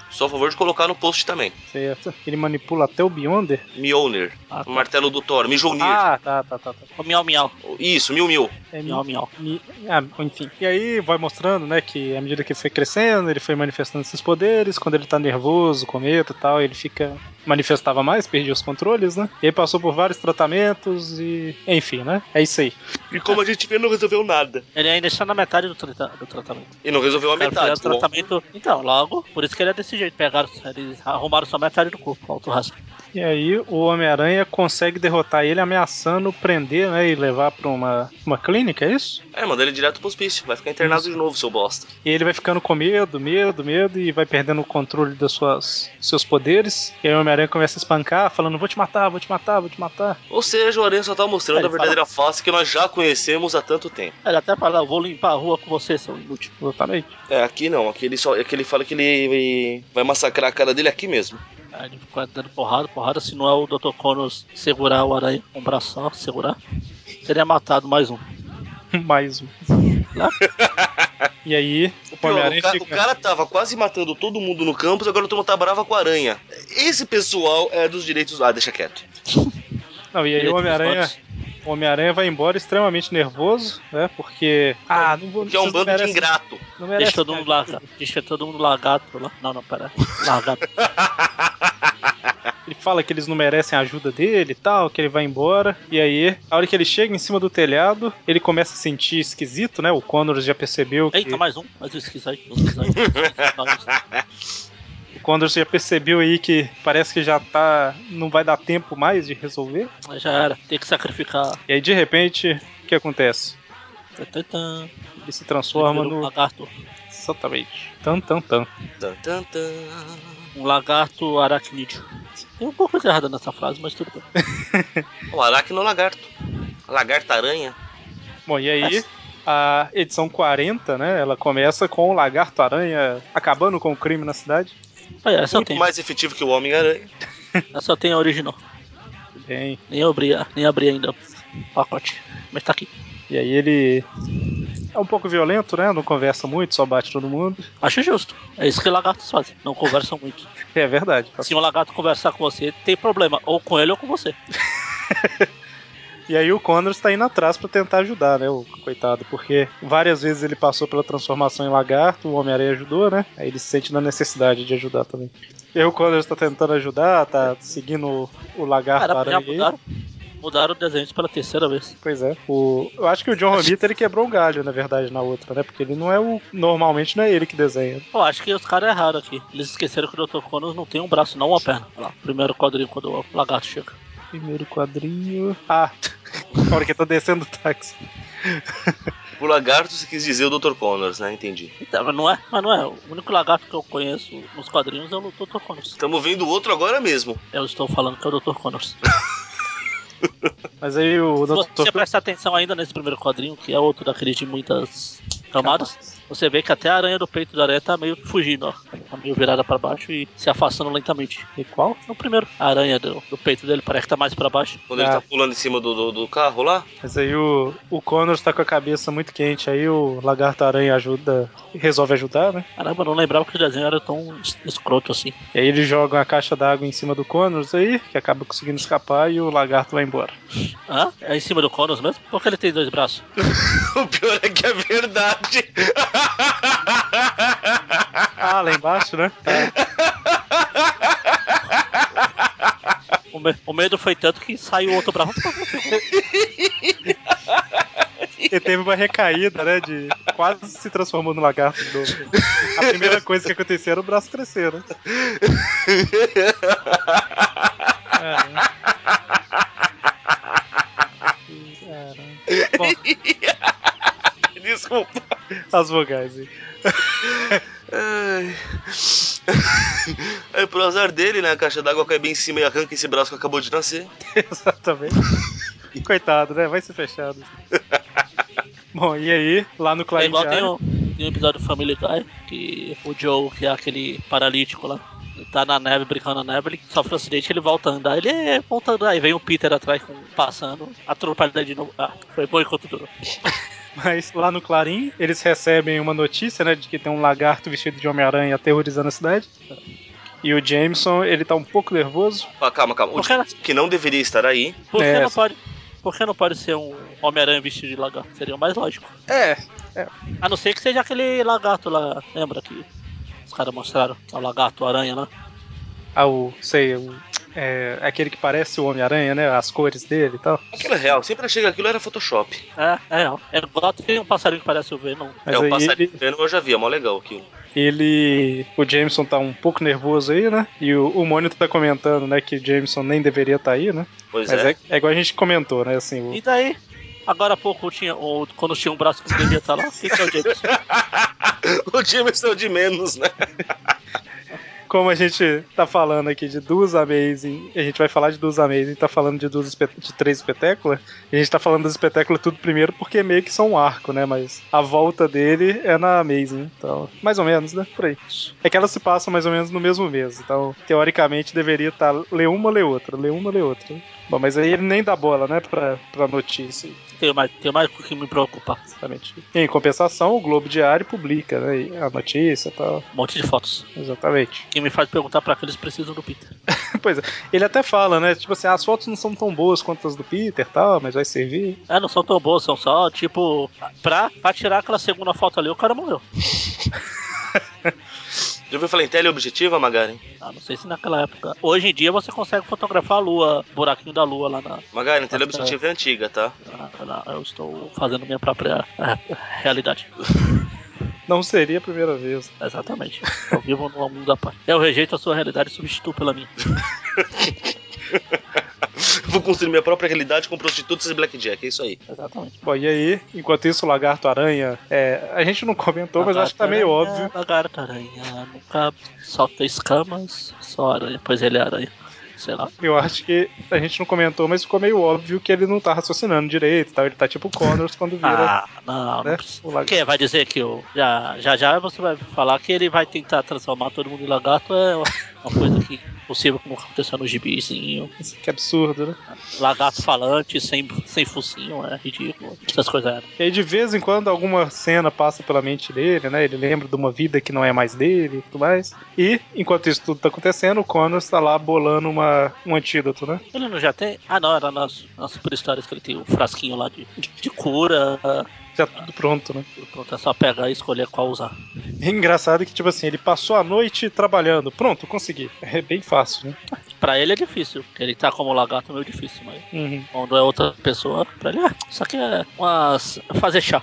Speaker 3: Só a favor de colocar no post também.
Speaker 1: certo. Ele manipula até o Beyonder?
Speaker 3: Mjolnir.
Speaker 2: Ah, tá.
Speaker 3: O martelo do Thor. Mjolnir.
Speaker 1: Ah, tá, tá, tá. tá.
Speaker 2: O miau miau.
Speaker 3: Isso, mil mil.
Speaker 1: É
Speaker 2: Miau miau.
Speaker 1: Mi- Ah, enfim. E aí vai mostrando, né, que à medida que ele foi crescendo, ele foi manifestando esses poderes. Quando ele tá nervoso, com medo e tal, ele fica. manifestava mais, perdia os controles, né? E aí passou por vários tratamentos e. enfim, né? É isso aí.
Speaker 3: E como a gente vê, não resolveu nada.
Speaker 2: Ele ainda está na metade do, trata- do tratamento.
Speaker 3: E não resolveu a
Speaker 2: O cara fizeram
Speaker 3: metade.
Speaker 2: o tratamento. Então, logo, por isso que ele é desse jeito. Pegaram, eles arrumaram só metade do corpo, alto raspa.
Speaker 1: E aí o Homem-Aranha consegue derrotar ele ameaçando prender, né? E levar pra uma, uma clínica, é isso?
Speaker 3: É, manda ele direto pro hospício. Vai ficar internado de novo, seu bosta.
Speaker 1: E ele vai ficando com medo, medo, medo e vai perdendo o controle dos suas, seus poderes. E aí o Homem-Aranha começa a espancar, falando: Vou te matar, vou te matar, vou te matar.
Speaker 3: Ou seja, o Aranha só tá mostrando
Speaker 2: Ele
Speaker 3: a verdadeira face que nós já conhecemos há tanto tempo.
Speaker 2: Ele até fala, eu vou limpar a rua com você, seu inútil.
Speaker 1: Exatamente.
Speaker 3: É, aqui não, aqui ele só. Aqui ele fala que ele, ele vai massacrar a cara dele aqui mesmo.
Speaker 2: Aí ele fica dando porrada, porrada, se não é o Dr. Connors segurar o aranha com um braço só, segurar, teria matado mais um.
Speaker 1: Mais um. e aí,
Speaker 3: O,
Speaker 1: o
Speaker 3: pior,
Speaker 1: Homem-Aranha
Speaker 3: o, ca-
Speaker 1: fica-
Speaker 3: o cara tava quase matando todo mundo no campus, agora o turma tá brava com a aranha. Esse pessoal é dos direitos. Ah, deixa quieto.
Speaker 1: Não, e aí o Homem-Aranha o Homem-Aranha vai embora extremamente nervoso, né? Porque. Ah, não vou.
Speaker 3: Porque é um
Speaker 1: vocês
Speaker 3: bando
Speaker 1: não
Speaker 3: de
Speaker 1: merecem-
Speaker 3: ingrato.
Speaker 1: Não merece.
Speaker 2: Deixa todo mundo largar, deixa todo mundo largado lá. Não, não, pera. Largado.
Speaker 1: Ele fala que eles não merecem a ajuda dele e tal, que ele vai embora. E aí, a hora que ele chega em cima do telhado, ele começa a sentir esquisito, né? O Connors já percebeu que.
Speaker 2: Eita, mais um, mais um esquisite. um esquisite.
Speaker 1: O Condor já percebeu aí que parece que já tá. não vai dar tempo mais de resolver.
Speaker 2: Mas Já era, tem que sacrificar.
Speaker 1: E aí de repente, o que acontece?
Speaker 2: Tantã,
Speaker 1: Ele se transforma
Speaker 2: virou um
Speaker 1: no.
Speaker 2: lagarto.
Speaker 1: Exatamente. Tan tan tan.
Speaker 3: Tan, tan, tan.
Speaker 2: Um lagarto aracnídeo. Tem um pouco coisa errada nessa frase, mas tudo bem.
Speaker 3: O aracno lagarto. Lagarta-aranha.
Speaker 1: Bom, e aí. A edição 40, né? Ela começa com o Lagarto Aranha acabando com o crime na cidade.
Speaker 2: Olha, essa eu
Speaker 3: Muito
Speaker 2: tenho,
Speaker 3: mais efetivo que o Homem-Aranha.
Speaker 2: essa eu tenho a original.
Speaker 1: Bem,
Speaker 2: Nem abri, nem abri ainda o pacote, mas tá aqui.
Speaker 1: e aí ele é um pouco violento, né? Não conversa muito, só bate todo mundo.
Speaker 2: Acho justo. É isso que lagartos fazem, não conversam muito.
Speaker 1: É verdade.
Speaker 2: Se um lagarto conversar com você, tem problema, ou com ele ou com você.
Speaker 1: E aí o Connors tá indo atrás pra tentar ajudar, né, o coitado, porque várias vezes ele passou pela transformação em lagarto, o Homem-Aranha ajudou, né? Aí ele se sente na necessidade de ajudar também. E aí o Connors tá tentando ajudar, tá seguindo o, o lagarto
Speaker 2: Cara, já
Speaker 1: aranha. aí.
Speaker 2: mudaram, mudaram o desenho pela terceira vez.
Speaker 1: Pois é. O, eu acho que o John Romita ele quebrou um galho, na verdade, na outra, né? Porque ele não é o. Normalmente não é ele que desenha.
Speaker 2: Eu acho que os caras erraram aqui. Eles esqueceram que o Dr. Connors não tem um braço, não uma perna. Olha lá, primeiro quadrinho quando o lagarto chega.
Speaker 1: Primeiro quadrinho. Ah! Na hora que tá descendo o táxi.
Speaker 3: O lagarto se quis dizer o Dr. Connors, né? Entendi.
Speaker 2: Então, mas não é, mas não é. O único lagarto que eu conheço nos quadrinhos é o Dr. Connors.
Speaker 3: Estamos vendo outro agora mesmo.
Speaker 2: Eu estou falando que é o Dr. Connors.
Speaker 1: Mas aí o
Speaker 2: Se você é
Speaker 1: Dr.
Speaker 2: prestar atenção ainda nesse primeiro quadrinho, que é outro daquele de muitas camadas, você vê que até a aranha do peito da aranha tá meio que fugindo, ó. Tá meio virada pra baixo e se afastando lentamente.
Speaker 1: E qual?
Speaker 2: É o primeiro. A aranha do, do peito dele parece que tá mais pra baixo.
Speaker 3: Quando ele
Speaker 1: Ah.
Speaker 3: tá pulando em cima do, do, do carro lá.
Speaker 1: Mas aí o, o Connors tá com a cabeça muito quente, aí o Lagarto Aranha ajuda, resolve ajudar, né?
Speaker 2: Caramba, eu não lembrava que o desenho era tão es- escroto assim.
Speaker 1: E aí eles jogam a caixa d'água em cima do Connors aí, que acaba conseguindo escapar e o Lagarto vai embora.
Speaker 2: Hã? É em cima do Conos mesmo? Por que ele tem dois braços?
Speaker 3: O pior é que é verdade.
Speaker 1: Ah, lá embaixo, né? É.
Speaker 2: O, me- o medo foi tanto que saiu outro braço.
Speaker 1: E teve uma recaída, né? De quase se transformou no lagarto de novo. A primeira coisa que aconteceu era o braço crescer, né? Caramba. Bom,
Speaker 3: Desculpa.
Speaker 1: as vogais aí.
Speaker 3: Ai. Aí, pro azar dele, né? A caixa d'água cai bem em cima e arranca esse braço que acabou de nascer.
Speaker 1: Exatamente. Coitado, né? Vai ser fechado. Bom, e aí, lá no
Speaker 2: É
Speaker 1: Clarim
Speaker 2: igual tem
Speaker 1: Diário-
Speaker 2: um, tem um episódio do Family Guy que o Joe, que é aquele paralítico lá, ele tá na neve, brincando na neve, ele sofre um acidente, ele volta a andar, ele é, volta a andar, e vem o Peter atrás com, passando, atropela ele de novo. Ah, foi bom enquanto durou.
Speaker 1: Mas lá no Clarim, eles recebem uma notícia, né, de que tem um lagarto vestido de Homem-Aranha aterrorizando a cidade. E o Jameson, ele tá um pouco nervoso.
Speaker 3: Ah, calma, calma. O
Speaker 2: Por que, não-
Speaker 3: que não deveria estar aí.
Speaker 2: por que
Speaker 1: É.
Speaker 2: não pode... Por que não pode ser um Homem-Aranha vestido de lagarto? Seria o mais lógico.
Speaker 1: É,
Speaker 2: A não ser que seja aquele lagarto lá, lembra que os caras mostraram? O lagarto aranha lá.
Speaker 1: ah, o, sei, o, é, aquele que parece o Homem-Aranha, né, as cores dele e tal.
Speaker 3: Aquilo é real. Sempre achei que aquilo era Photoshop.
Speaker 2: É, é, ó. é igual tem um passarinho que parece o Venom.
Speaker 1: Mas
Speaker 3: é, o
Speaker 1: aí
Speaker 3: passarinho
Speaker 1: ele,
Speaker 3: eu já vi, é mó legal aquilo.
Speaker 1: ele- o Jameson tá um pouco nervoso aí, né, e o, o Mônio tá comentando, né, que o Jameson nem deveria estar tá aí, né.
Speaker 3: Pois
Speaker 1: Mas
Speaker 3: é.
Speaker 1: é, é igual a gente comentou, né, assim, o,
Speaker 2: E daí? Agora há pouco tinha, ou quando tinha um braço que devia estar lá, o que que é o Jameson?
Speaker 3: o Jameson é o de menos, né?
Speaker 1: Como a gente tá falando aqui de duas Amazing, a gente vai falar de duas Amazing, tá falando de duas espe- de três espetáculas, a gente tá falando das espetáculas tudo primeiro porque meio que são um arco, né? Mas a volta dele é na Amazing, então, mais ou menos, né? Por aí. É que elas se passam mais ou menos no mesmo mês, então, teoricamente, deveria estar tá, lê uma, lê outra, lê uma, lê outra. Bom, mas aí ele nem dá bola, né, pra, pra notícia.
Speaker 2: Tem mais, tem mais com o que me preocupar.
Speaker 1: Exatamente. Em compensação, o Globo Diário publica, né? A notícia e tal.
Speaker 2: Um monte de fotos.
Speaker 1: Exatamente.
Speaker 2: Que me faz perguntar pra que eles precisam do Peter.
Speaker 1: Pois é, ele até fala, né? Tipo assim, as fotos não são tão boas quanto as do Peter e tal, mas vai servir.
Speaker 2: É, não são tão boas, são só, tipo, pra, pra tirar aquela segunda foto ali, o cara morreu.
Speaker 3: Já ouviu falar em teleobjetiva, Magaren?
Speaker 2: Ah, não sei se naquela época. Hoje em dia você consegue fotografar a lua, buraquinho da lua lá na.
Speaker 3: Magaren, teleobjetiva é antiga, tá?
Speaker 2: na- na- eu estou fazendo minha própria é, realidade.
Speaker 1: Não seria a primeira vez.
Speaker 2: Exatamente. Eu vivo num mundo da parte. Eu rejeito a sua realidade e substituo pela minha.
Speaker 3: Vou construir minha própria realidade com prostitutas e blackjack, é isso aí.
Speaker 2: Exatamente.
Speaker 1: Bom, e aí, enquanto isso, o Lagarto Aranha, é, a gente não comentou, mas acho que tá meio óbvio.
Speaker 2: Lagarto aranha, nunca solta escamas, só aranha. Pois ele é aranha. Sei lá.
Speaker 1: Eu acho que a gente não comentou, mas ficou meio óbvio que ele não tá raciocinando direito e tal. Ele tá tipo o Connors quando vira.
Speaker 2: Ah, não,
Speaker 1: né?
Speaker 2: não precisa.
Speaker 1: O lagarto.
Speaker 2: Quem vai dizer que o. Já, já já você vai falar que ele vai tentar transformar todo mundo em lagarto é uma uma coisa que possível como aconteceu no gibizinho.
Speaker 1: Que absurdo, né?
Speaker 2: Lagarto falante, sem, sem focinho, é ridículo. Essas coisas eram.
Speaker 1: E aí, de vez em quando, alguma cena passa pela mente dele, né? Ele lembra de uma vida que não é mais dele e tudo mais. E, enquanto isso tudo tá acontecendo, o Connors tá lá bolando uma, um antídoto, né?
Speaker 2: Ele não já tem. Ah não, era nas, nas super histórias que ele tem o frasquinho lá de, de, de cura.
Speaker 1: Já tudo pronto, né?
Speaker 2: Pronto, é só pegar e escolher qual usar.
Speaker 1: E engraçado que, tipo assim, ele passou a noite trabalhando. Pronto, consegui. É bem fácil, né?
Speaker 2: Pra ele é difícil, porque ele tá como lagarto é meio difícil, mas
Speaker 1: Uhum.
Speaker 2: quando é outra pessoa, pra ele, ah, isso aqui é umas. fazer chá.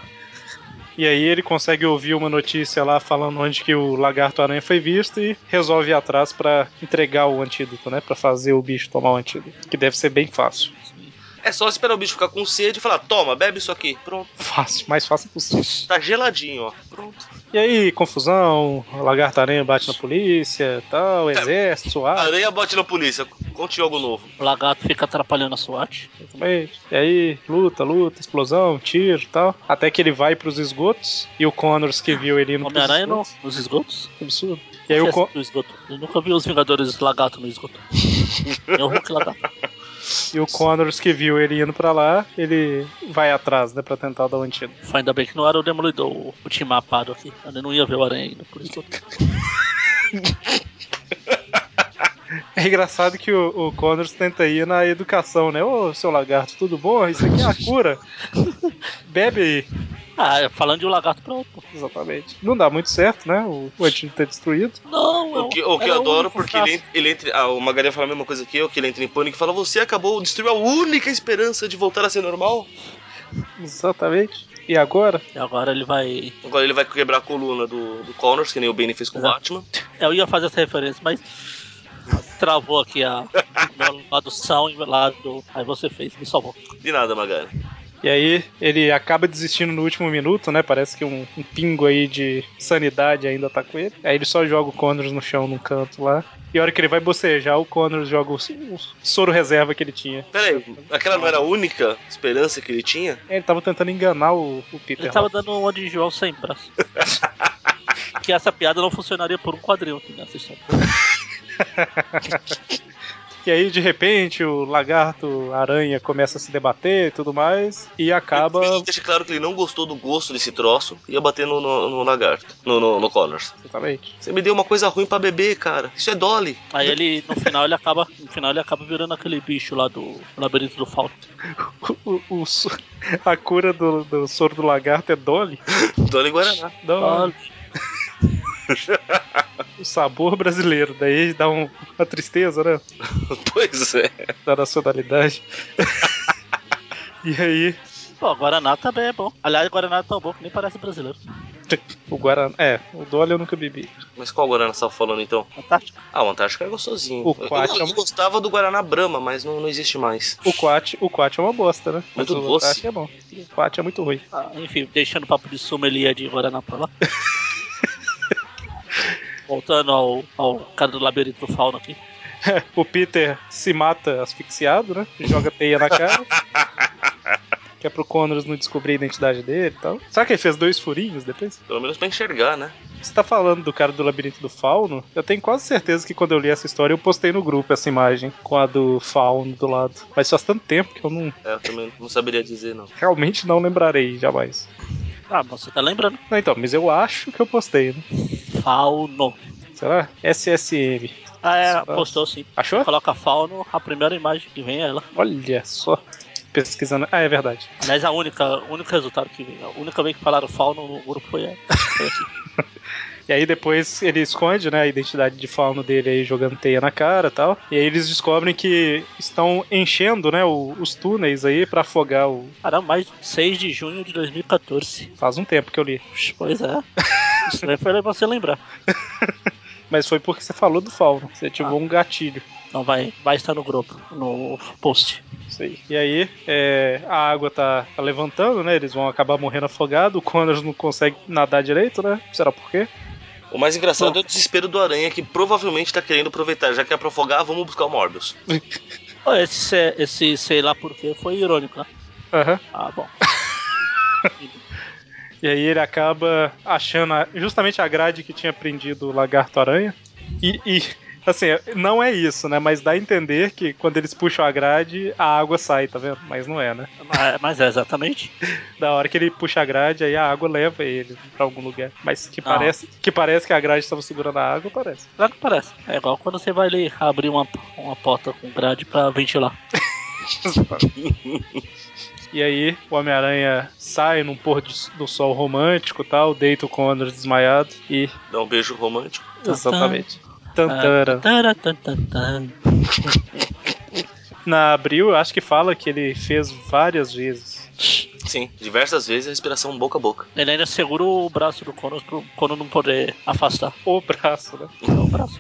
Speaker 1: E aí ele consegue ouvir uma notícia lá falando onde que o lagarto-aranha foi visto e resolve ir atrás pra entregar o antídoto, né? Pra fazer o bicho tomar o antídoto. Que deve ser bem fácil.
Speaker 3: É só esperar o bicho ficar com sede e falar: toma, bebe isso aqui. Pronto,
Speaker 1: Fácil, mais fácil possível.
Speaker 3: tá geladinho, ó. Pronto.
Speaker 1: E aí, confusão, o lagarto-aranha bate na polícia, tal, exército,
Speaker 3: Ah, A
Speaker 1: suave.
Speaker 3: aranha bote na polícia, conte algo novo.
Speaker 2: O lagarto fica atrapalhando a SWAT.
Speaker 1: Exatamente. E aí, luta, luta, explosão, tiro e tal. Até que ele vai pros esgotos e o Connors que viu ele indo pros
Speaker 2: Homem-Aranha no-
Speaker 1: esgotos.
Speaker 2: nos esgotos?
Speaker 1: Absurdo. E aí o, Con-
Speaker 2: No esgoto. Eu nunca vi os Vingadores lagarto no esgoto. Eu Hulk lagarto.
Speaker 1: e o Connors que viu ele indo pra lá, ele vai atrás, né, pra tentar dar o antídoto.
Speaker 2: Foi ainda bem que não era o Demolidor, o, o time mapado aqui. Eu não ia ver o Aranha ainda por esgoto.
Speaker 1: É engraçado que o, o Connors tenta ir na educação, né? Ô, seu lagarto, tudo bom? Isso aqui é a cura. Bebe aí.
Speaker 2: Ah, falando de um lagarto pra outro.
Speaker 1: Exatamente. Não dá muito certo, né? O, o antídoto é destruído.
Speaker 2: Não, é um
Speaker 3: O que, o que
Speaker 2: era
Speaker 3: eu adoro,
Speaker 2: único
Speaker 3: porque
Speaker 2: frasco.
Speaker 3: ele, ele entra. Ah, o Magarinha fala a mesma coisa que eu, que ele entra em pânico e fala: Você acabou de destruir a única esperança de voltar a ser normal?
Speaker 1: Exatamente. E agora?
Speaker 2: E agora ele vai.
Speaker 3: Agora ele vai quebrar a coluna do, do Connors, que nem o Benny fez com o
Speaker 2: Exato.
Speaker 3: Batman.
Speaker 2: Eu ia fazer essa referência, mas travou aqui a o meu lado são e o meu lado. Aí você fez, me salvou.
Speaker 3: De nada, Magari.
Speaker 1: E aí ele acaba desistindo no último minuto, né? Parece que um, um pingo aí de sanidade ainda tá com ele. Aí ele só joga o Connors no chão, num canto lá. E a hora que ele vai bocejar, o Connors joga o, o soro reserva que ele tinha.
Speaker 3: Pera aí, aquela não era a única esperança que ele tinha?
Speaker 1: Ele tava tentando enganar o, o Peter.
Speaker 2: Ele tava dando uma de João sem braço. que essa piada não funcionaria por um quadril aqui nessa história.
Speaker 1: E aí, de repente, o lagarto, a aranha começa a se debater e tudo mais, e acaba.
Speaker 3: Ele deixa claro que ele não gostou do gosto desse troço e ia bater no, no, no lagarto, no, no, no Connors.
Speaker 1: Exatamente.
Speaker 3: Você me deu uma coisa ruim pra beber, cara. Isso é Dolly.
Speaker 2: Aí ele, no final, ele acaba. No final ele acaba virando aquele bicho lá do labirinto do Falco.
Speaker 1: O, o- o so- a cura do, do soro do lagarto é Dolly.
Speaker 3: Dolly Guaraná.
Speaker 1: Dolly. O sabor brasileiro. Daí dá um- uma tristeza, né?
Speaker 3: pois é.
Speaker 1: Da nacionalidade. E aí,
Speaker 2: Pô, Guaraná também é bom. Aliás, Guaraná é tão bom que nem parece brasileiro.
Speaker 1: o Guaraná. É, o Dolly eu nunca bebi.
Speaker 3: Mas qual Guaraná você tava falando então?
Speaker 2: Fantástico.
Speaker 3: Ah, o Antártico era gostosinho.
Speaker 1: O
Speaker 3: Eu-
Speaker 1: Quat
Speaker 3: eu,
Speaker 1: é
Speaker 3: eu,
Speaker 1: um-
Speaker 3: gostava do Guaraná Brahma, mas não, não existe mais.
Speaker 1: O Quat, o Quat é uma bosta, né? Mas
Speaker 3: Muito
Speaker 1: o
Speaker 3: doce.
Speaker 1: Quat é bom. O Quat é muito ruim.
Speaker 2: Ah, enfim, deixando o papo de suma, ele ia de Guaraná pra lá. Voltando ao, ao cara do labirinto do fauno aqui.
Speaker 1: O Peter se mata asfixiado, né? Joga teia na cara. que é pro Connors não descobrir a identidade dele e tal. Será que ele fez dois furinhos depois?
Speaker 3: Pelo menos pra enxergar, né?
Speaker 1: Você tá falando do cara do labirinto do fauno? Eu tenho quase certeza que quando eu li essa história eu postei no grupo essa imagem com a do fauno do lado. Mas faz tanto tempo que eu não
Speaker 3: É, eu também não saberia dizer, não.
Speaker 1: realmente não lembrarei jamais.
Speaker 2: Ah, mas você tá lembrando?
Speaker 1: Não, então, mas eu acho que eu postei, né?
Speaker 2: Fauno.
Speaker 1: Será? SSM.
Speaker 2: Ah, é,
Speaker 1: Nossa.
Speaker 2: postou sim.
Speaker 1: Achou?
Speaker 2: Coloca fauno, a primeira imagem que vem é ela.
Speaker 1: Olha só. Pesquisando. Ah, é verdade.
Speaker 2: Aliás, a única, o único resultado que vem, a única vez que falaram fauno no grupo foi ela. Foi assim.
Speaker 1: E aí depois ele esconde, né, a identidade de fauno dele aí jogando teia na cara e tal. E aí eles descobrem que estão enchendo, né, o- os túneis aí pra afogar o.
Speaker 2: Caramba, mais 6 de junho de 2014.
Speaker 1: Faz um tempo que eu li.
Speaker 2: Puxa, Pois é. Isso daí foi você lembrar.
Speaker 1: Mas foi porque você falou do fauno. Você ativou um gatilho.
Speaker 2: Não Então vai, vai estar no grupo, no post.
Speaker 1: Isso aí. E aí, é, a água tá, tá levantando, né? Eles vão acabar morrendo afogado. O Connors não consegue nadar direito, né? Será por quê?
Speaker 3: O mais engraçado é o desespero do Aranha, que provavelmente tá querendo aproveitar. Já que é pra afogar, vamos buscar o Morbius.
Speaker 2: Oh, esse, se- esse sei lá porquê foi irônico, né?
Speaker 1: Aham.
Speaker 2: Ah, bom.
Speaker 1: E aí ele acaba achando a- justamente a grade que tinha prendido o lagarto aranha. E, e, assim, não é isso, né? Mas dá a entender que quando eles puxam a grade, a água sai, tá vendo? Mas não é, né?
Speaker 2: Mas, mas é exatamente.
Speaker 1: Da hora que ele puxa a grade, aí a água leva ele pra algum lugar. Mas que
Speaker 2: Não.
Speaker 1: parece que parece que a grade estava segurando a água, parece.
Speaker 2: Claro que parece. É igual quando você vai ali abrir uma, uma porta com grade pra ventilar.
Speaker 1: E aí o Homem-Aranha sai num pôr de- do sol romântico, e tal, deita o Connor desmaiado e
Speaker 3: Dá um beijo romântico.
Speaker 2: Tantã.
Speaker 1: exatamente. Tantara.
Speaker 2: É. Tarantantantan.
Speaker 1: Na Abril, eu acho que fala que ele fez várias vezes.
Speaker 3: Sim, diversas vezes a respiração boca a boca.
Speaker 2: Ele ainda segura o braço do Conos pro Cono não poder afastar.
Speaker 1: O braço, né?
Speaker 2: É o braço.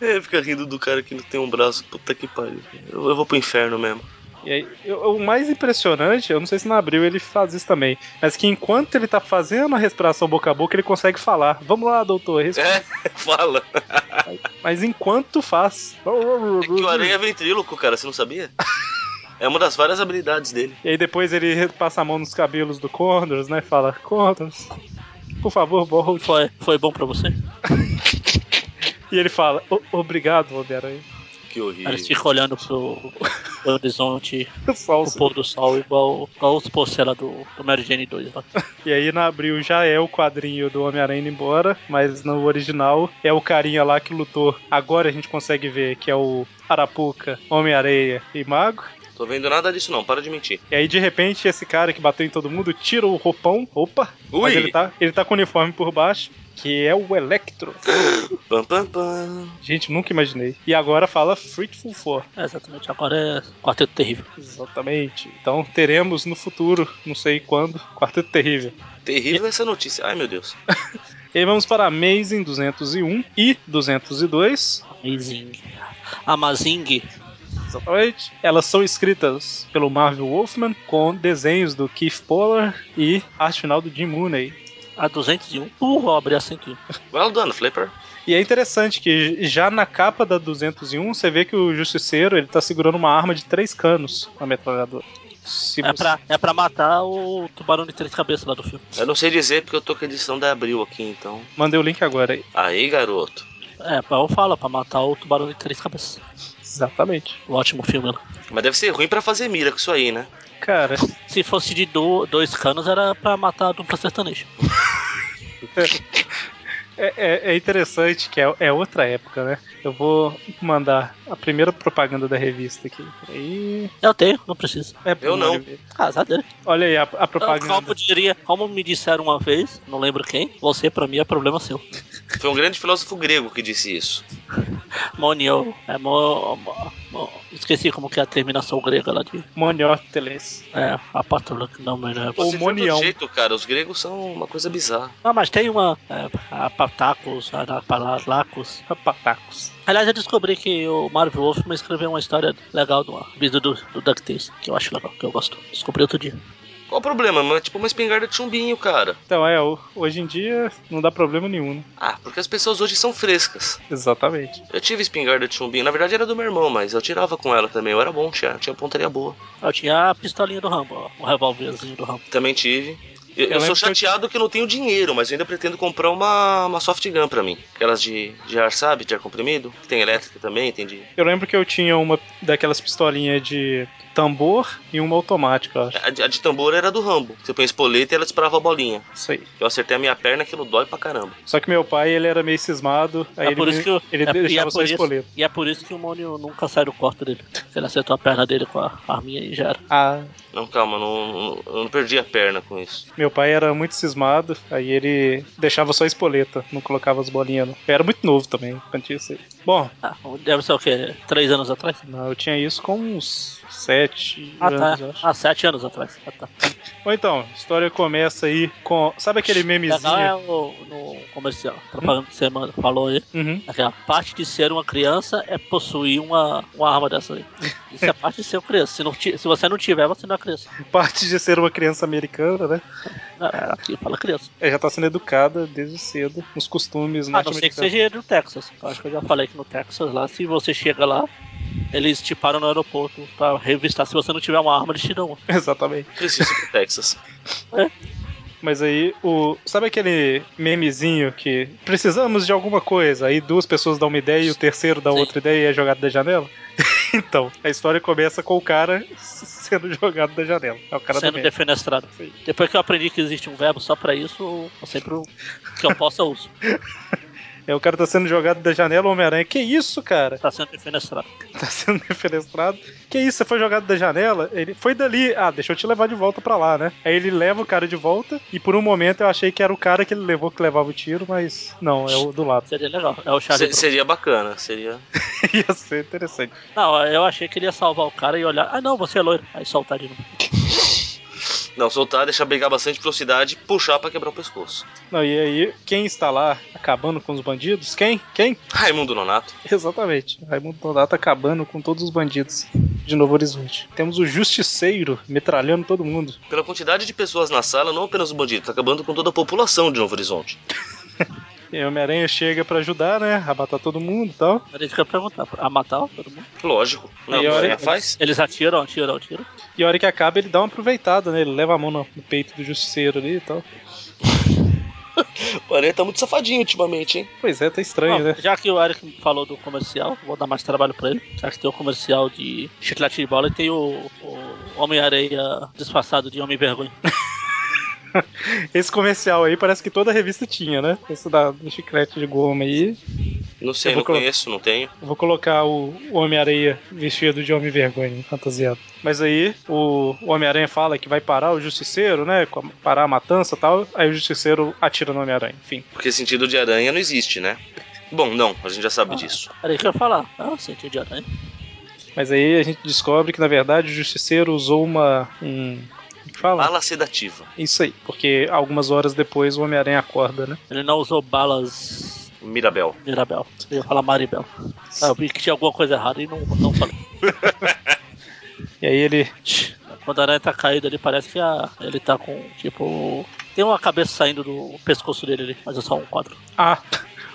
Speaker 3: É, fica rindo do cara que não tem um braço. Puta que pariu. Eu, eu vou pro inferno mesmo.
Speaker 1: E aí, eu- o mais impressionante, eu não sei se na Abril ele faz isso também, mas que enquanto ele tá fazendo a respiração boca a boca, ele consegue falar. Vamos lá, doutor, respira.
Speaker 3: É, fala.
Speaker 1: Mas enquanto faz.
Speaker 3: É que o Aranha é ventríloco, cara. Você não sabia? É uma das várias habilidades dele.
Speaker 1: E aí depois ele passa a mão nos cabelos do Condors, né? Fala, Condors, por favor, volte.
Speaker 2: Foi, foi bom pra você?
Speaker 1: E ele fala, "O- obrigado, Homem-Aranha.
Speaker 3: Que horrível.
Speaker 2: Ele fica olhando pro pro horizonte,
Speaker 1: Só
Speaker 2: pro
Speaker 1: o-
Speaker 2: pôr do sol, igual, igual os porcela do, do Mary Jane né? 2. lá.
Speaker 1: E aí na Abril já é o quadrinho do Homem-Aranha indo embora, mas no original é o carinha lá que lutou. Agora a gente consegue ver que é o Arapuca, Homem-Areia e Mago.
Speaker 3: Tô vendo nada disso não, para de mentir.
Speaker 1: E aí, de repente, esse cara que bateu em todo mundo tira o roupão. Opa! Mas
Speaker 3: Ui.
Speaker 1: ele tá, ele tá com o uniforme por baixo, que é o Electro.
Speaker 3: Pam, pam, pam.
Speaker 1: Gente, nunca imaginei. E agora fala Fruitful Four.
Speaker 2: É, exatamente, agora é quarteto terrível.
Speaker 1: Exatamente. Então teremos no futuro, não sei quando, Quarteto Terrível.
Speaker 3: Terrível essa notícia. Ai, meu Deus.
Speaker 1: E aí vamos para Amazing 201 e 202.
Speaker 2: Amazing. Amazing.
Speaker 1: Exatamente. Elas são escritas pelo Marvel Wolfman, com desenhos do Keith Pollard e arte final do Jim Mooney.
Speaker 2: A 201. Uh, vou abrir a 101.
Speaker 3: Well done, Flipper.
Speaker 1: E é interessante que já na capa da 201 você vê que o Justiceiro ele tá segurando uma arma de três canos com a metralhadora. Se
Speaker 2: É
Speaker 1: você-
Speaker 2: pra, é pra matar o tubarão de três cabeças lá do filme.
Speaker 3: Eu não sei dizer porque eu tô com a edição da Abril aqui, então.
Speaker 1: Mandei o link agora aí.
Speaker 3: Aí, garoto.
Speaker 2: É, pra eu falo, pra matar o tubarão de três cabeças.
Speaker 1: Exatamente.
Speaker 2: O ótimo filme lá.
Speaker 3: Mas deve ser ruim pra fazer mira com isso aí, né?
Speaker 1: Cara,
Speaker 2: Se fosse de do- dois canos, era pra matar a dupla sertaneja.
Speaker 1: é, é- é interessante que é, é outra época, né? Eu vou mandar a primeira propaganda da revista aqui. Peraí.
Speaker 2: Eu tenho, não precisa.
Speaker 1: É pro
Speaker 3: Eu não.
Speaker 1: Mario ver.
Speaker 2: Casado dele.
Speaker 1: Olha aí a, a
Speaker 2: Como
Speaker 1: propaganda.
Speaker 2: diria, como me disseram uma vez, não lembro quem, você pra mim é problema seu.
Speaker 3: Foi um grande filósofo grego que disse isso.
Speaker 2: Monio, é mo, mo- mo- esqueci como que é a terminação grega lá de.
Speaker 1: Monioteles.
Speaker 2: É, a patrulha que não é, me lembro.
Speaker 1: Ou
Speaker 3: Você viu
Speaker 1: monião.
Speaker 3: do jeito, cara. Os gregos são uma coisa bizarra.
Speaker 2: Ah, mas tem uma. É, a Patacos, a da- Palacos.
Speaker 1: Patacos.
Speaker 2: Aliás, eu descobri que o Marvel Wolfman escreveu uma história legal do vídeo do, do DuckTales, que eu acho legal, que eu gosto. Descobri outro dia.
Speaker 3: Qual o problema? Mas É tipo uma espingarda de chumbinho, cara.
Speaker 1: Então é, o- hoje em dia não dá problema nenhum, né?
Speaker 3: Ah, porque as pessoas hoje são frescas.
Speaker 1: Exatamente.
Speaker 3: Eu tive espingarda de chumbinho. Na verdade era do meu irmão, mas eu tirava com ela também. Eu era bom, tinha, tinha pontaria boa.
Speaker 2: Eu tinha a pistolinha do Rambo, ó, o revólverzinho do Rambo.
Speaker 3: Também tive. Eu, eu
Speaker 1: Eu lembro
Speaker 3: sou
Speaker 1: que eu-
Speaker 3: chateado que eu não tenho dinheiro, mas eu ainda pretendo comprar uma, uma soft gun pra mim. Aquelas de, de ar, sabe? De ar comprimido. Que tem elétrica também, tem de.
Speaker 1: Eu lembro que eu tinha uma daquelas pistolinhas de tambor e uma automática,
Speaker 2: É.
Speaker 1: eu acho.
Speaker 3: A, de- a de tambor era do Rambo. Você põe espoleta e ela disparava a bolinha.
Speaker 1: Isso aí.
Speaker 3: Eu acertei a minha perna, aquilo dói pra caramba.
Speaker 1: Só que meu pai, ele era meio cismado, aí
Speaker 2: É
Speaker 1: ele,
Speaker 2: por
Speaker 1: me-
Speaker 2: isso que eu-
Speaker 1: ele
Speaker 2: é- e
Speaker 1: deixava
Speaker 2: é
Speaker 1: só
Speaker 2: por isso-
Speaker 1: escolher.
Speaker 2: E é por isso que o Mônio nunca sai do corte dele. Ele acertou a perna dele com a arminha e já era.
Speaker 1: Ah,
Speaker 3: Não, calma, não, não- eu não perdi a perna com isso.
Speaker 1: meu pai era muito cismado, aí ele deixava só espoleta, não colocava as bolinhas. não. Eu era muito novo também, quando tinha isso aí. Bom,
Speaker 2: Ah, deve ser o quê? Três anos atrás?
Speaker 1: não, eu tinha isso com uns sete
Speaker 2: Ah,
Speaker 1: anos, eu acho.
Speaker 2: tá. Ah, sete anos atrás. Ah, tá.
Speaker 1: Bom, então, a história começa aí com... Sabe aquele
Speaker 2: Legal é
Speaker 1: memezinho?
Speaker 2: o, no comercial. Propaganda de semana falou aí.
Speaker 1: Uhum.
Speaker 2: Aquela parte de ser uma criança é possuir uma, uma arma dessa aí. Isso é parte de ser uma criança. Se, não ti- se você não tiver, você não é criança.
Speaker 1: Parte de ser uma criança americana, né?
Speaker 2: Não, é aqui fala criança.
Speaker 1: Ela já tá sendo educada desde cedo, nos costumes
Speaker 2: A Ah, não ser que
Speaker 1: norte-americanos.
Speaker 2: seja no Texas. Eu acho que eu já falei que no Texas, lá, se você chega lá, eles te param no aeroporto pra revistar. Se você não tiver uma arma, eles te dão uma.
Speaker 1: Exatamente.
Speaker 3: Preciso pro Texas.
Speaker 1: Mas aí, o. Sabe aquele memezinho que precisamos de alguma coisa? Aí duas pessoas dão uma ideia e o terceiro dá
Speaker 2: Sim.
Speaker 1: outra ideia e é jogado da janela? então, a história começa com o cara sendo jogado da janela. É o cara do
Speaker 2: sendo
Speaker 1: meme.
Speaker 2: defenestrado.
Speaker 1: Sim.
Speaker 2: Depois que eu aprendi que existe um verbo só pra isso, eu sempre o- que eu possa eu uso.
Speaker 1: É, o cara tá sendo jogado da janela, o Homem-Aranha. Que isso, cara?
Speaker 2: Tá sendo defenestrado.
Speaker 1: Tá sendo defenestrado. Que isso, você foi jogado da janela? Ele foi dali. Ah, deixa eu te levar de volta pra lá, né? Aí ele leva o cara de volta e por um momento eu achei que era o cara que ele levou que levava o tiro, mas não, é o do lado.
Speaker 2: Seria legal. É o Charlie
Speaker 3: Se-
Speaker 2: Brown.
Speaker 3: seria bacana, seria.
Speaker 1: Ia ser interessante.
Speaker 2: Não, eu achei que ele ia salvar o cara e olhar. Ah, não, você é loiro. Aí soltar de novo.
Speaker 3: Não, soltar, deixar brigar bastante velocidade, puxar pra quebrar o pescoço.
Speaker 1: Não, e aí, quem está lá acabando com os bandidos? Quem? Quem?
Speaker 3: Raimundo Nonato.
Speaker 1: Exatamente. Raimundo Donato acabando com todos os bandidos de Novo Horizonte. Temos o Justiceiro metralhando todo mundo.
Speaker 3: Pela quantidade de pessoas na sala, não apenas o bandido, tá acabando com toda a população de Novo Horizonte.
Speaker 1: E aí, Homem-Aranha chega pra ajudar, né? A matar todo mundo e tal.
Speaker 2: Ele fica perguntar. A matar todo mundo.
Speaker 3: Lógico. Não,
Speaker 1: Aí, olha-
Speaker 3: não faz?
Speaker 2: Eles atiram, atiram, atiram.
Speaker 1: E a hora que acaba, ele dá uma aproveitada, né? Ele leva a mão no no peito do Justiceiro ali e tal.
Speaker 3: O Aranha tá muito safadinho ultimamente, hein?
Speaker 1: Pois é, tá estranho,
Speaker 2: Bom,
Speaker 1: né?
Speaker 2: Já que o Eric falou do comercial, vou dar mais trabalho pra ele. Já que tem o comercial de chiclete de bola e tem o, o Homem-Areia disfarçado de Homem-Vergonha.
Speaker 1: Esse comercial aí parece que toda a revista tinha, né? Esse da, do chiclete de goma aí.
Speaker 3: Não sei,
Speaker 1: Eu vou
Speaker 3: não
Speaker 1: colo-
Speaker 3: conheço, não tenho.
Speaker 1: Eu Vou colocar o o Homem-Aranha vestido de Homem-Vergonha, fantasiado. Mas aí o o Homem-Aranha fala que vai parar o Justiceiro, né? com a- Parar a matança e tal. Aí o Justiceiro atira no Homem-Aranha. Enfim.
Speaker 3: Porque sentido de aranha não existe, né? Bom, não, a gente já sabe disso.
Speaker 2: Era isso que eu ia falar. Ah, sentido de aranha.
Speaker 1: Mas aí a gente descobre que na verdade o Justiceiro usou uma. Um, como que fala?
Speaker 3: Bala sedativa.
Speaker 1: Isso aí. Porque algumas horas depois o Homem-Aranha acorda, né?
Speaker 2: Ele não usou balas
Speaker 3: Mirabel.
Speaker 2: Mirabel. Eu ia falar Maribel. Ah, eu vi que tinha alguma coisa errada e não, não falei.
Speaker 1: E aí ele.
Speaker 2: Quando a aranha tá caída ali, parece que a, ele tá com, tipo... Tem uma cabeça saindo do pescoço dele ali, mas é só um quadro.
Speaker 1: Ah!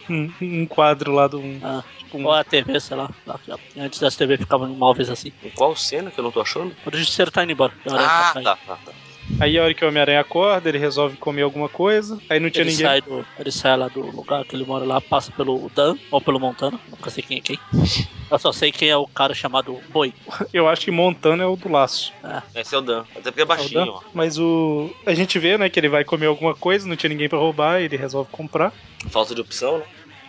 Speaker 1: Um, um quadro lá do. Um,
Speaker 2: Ah,
Speaker 1: tipo, um-
Speaker 2: ou é a TV, sei lá. lá já- Antes das TV ficavam imóveis assim.
Speaker 3: Em qual cena que eu não tô achando?
Speaker 2: O justiceiro tá indo embora. A aranha
Speaker 3: Ah,
Speaker 2: caindo.
Speaker 3: tá, tá, tá.
Speaker 1: Aí a hora que o Homem-Aranha acorda, ele resolve comer alguma coisa. Aí não tinha
Speaker 2: Ele
Speaker 1: ninguém.
Speaker 2: sai, do, ele sai lá do lugar que ele mora lá, passa pelo Dan ou pelo Montana, nunca sei quem é quem. Eu só sei quem é o cara chamado Boi.
Speaker 1: Eu acho que Montana é o do laço.
Speaker 3: Esse é o Dan. Até porque
Speaker 1: É
Speaker 3: é
Speaker 1: o
Speaker 3: baixinho,
Speaker 1: Dan.
Speaker 3: ó.
Speaker 1: Mas o. A gente vê, né, que ele vai comer alguma coisa, não tinha ninguém pra roubar, ele resolve comprar.
Speaker 3: Falta de opção, né?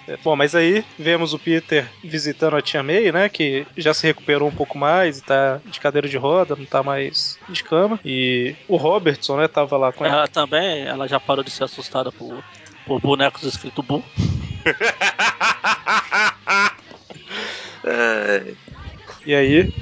Speaker 1: É, Bom, mas aí vemos o Peter visitando a tia May, né? Que já se recuperou um pouco mais e tá de cadeira de roda, não tá mais de cama. E o Robertson, né, tava lá com ela.
Speaker 2: Ela também, ela já parou de ser assustada por, por bonecos escrito Bu.
Speaker 3: É,
Speaker 1: E aí,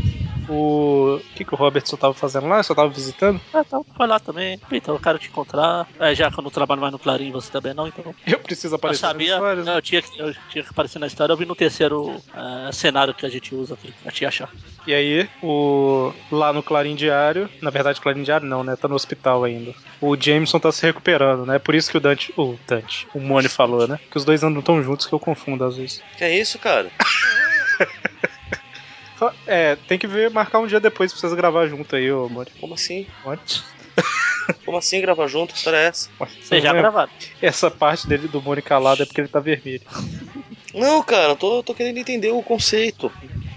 Speaker 1: o. O que, que o Robertson tava fazendo lá? Só tava visitando?
Speaker 2: Ah, tá, foi lá também. Então, eu quero te encontrar. É, já que eu não trabalho mais no Clarim, você também não, então.
Speaker 1: Eu preciso
Speaker 2: Eu
Speaker 1: aparecer nas
Speaker 2: sabia,
Speaker 1: histórias. né?
Speaker 2: não, eu, tinha que, eu tinha que aparecer na história, eu vi no terceiro eh, cenário que a gente usa aqui, pra te achar.
Speaker 1: E aí, o lá no Clarim Diário, na verdade Clarim Diário não, né? Tá no hospital ainda. O Jameson tá se recuperando, né? Por isso que o Dante, o Dante, o Mone falou, né? Que os dois andam tão juntos que eu confundo às vezes.
Speaker 3: que é isso, cara?
Speaker 1: Fa- É, tem que ver, marcar um dia depois pra vocês gravar junto aí, ô Mone.
Speaker 3: Como assim?
Speaker 1: Mone.
Speaker 3: Como assim gravar junto? Que história é essa?
Speaker 2: Vocês já
Speaker 1: Não é-
Speaker 2: gravaram.
Speaker 1: Essa parte dele do Mone calado é porque ele tá vermelho.
Speaker 3: Não, cara, eu tô, tô querendo entender o conceito.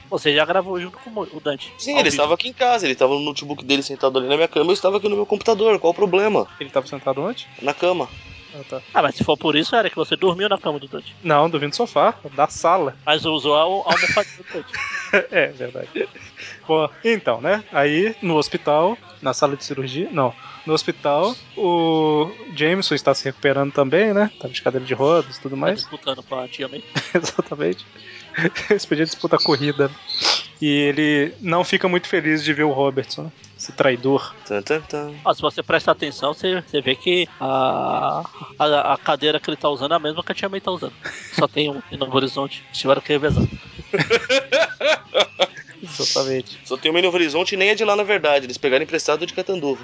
Speaker 2: Você já gravou junto com o Mo- o Dante.
Speaker 3: Sim,
Speaker 2: ao
Speaker 3: ele
Speaker 2: vivo.
Speaker 3: estava aqui em casa, ele estava no notebook dele sentado ali na minha cama, eu estava aqui no meu computador. Qual o problema?
Speaker 1: Ele tava sentado onde?
Speaker 3: Na cama.
Speaker 1: Ah, tá.
Speaker 2: Ah, mas se for por isso, era que você dormiu na cama do Dante.
Speaker 1: Não, do vindo do sofá, da sala.
Speaker 2: Mas usou a a almofada do Dante.
Speaker 1: É, verdade. Bom, então, né? Aí, no hospital, na sala de cirurgia, não. No hospital, o Jameson está se recuperando também, né? Tava de cadeira de rodas e tudo
Speaker 2: Tá
Speaker 1: mais.
Speaker 2: disputando com a tia May.
Speaker 1: Exatamente. Eles podiam disputar corrida. E ele não fica muito feliz de ver o Robertson, né? Esse traidor.
Speaker 3: Tan, tan, tan.
Speaker 2: Ó, se você prestar atenção, você, você vê que a, a, a cadeira que ele tá usando é a mesma que a tia May tá usando. Só tem um no horizonte. Tiveram que revezar.
Speaker 1: Exatamente.
Speaker 3: Só tem uma no horizonte e nem é de lá, na verdade. Eles pegaram emprestado de Catanduva.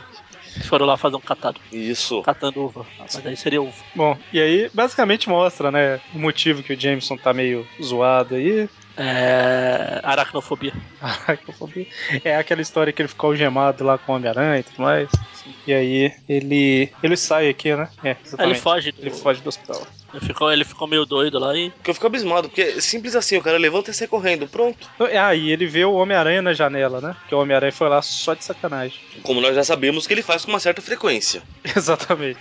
Speaker 2: Foram lá fazer um catado.
Speaker 3: Isso.
Speaker 2: Catando uva. Ah, mas aí seria uva.
Speaker 1: Bom, e aí basicamente mostra, né, o motivo que o Jameson tá meio zoado aí.
Speaker 2: É, aracnofobia.
Speaker 1: Aracnofobia. É aquela história que ele ficou algemado lá com o Homem-Aranha e tudo mais.
Speaker 2: Sim.
Speaker 1: E aí ele. ele sai aqui, né? É,
Speaker 2: Aí
Speaker 1: exatamente.
Speaker 2: ele foge. do-
Speaker 1: Ele foge do hospital.
Speaker 2: ele ficou, ele ficou meio doido lá e.
Speaker 3: Porque eu fico abismado, porque simples assim, o cara levanta e sai correndo. Pronto.
Speaker 1: Ah, e ele vê o Homem-Aranha na janela, né? Porque o Homem-Aranha foi lá só de sacanagem.
Speaker 3: Como nós já sabemos que ele faz com uma certa frequência.
Speaker 1: Exatamente.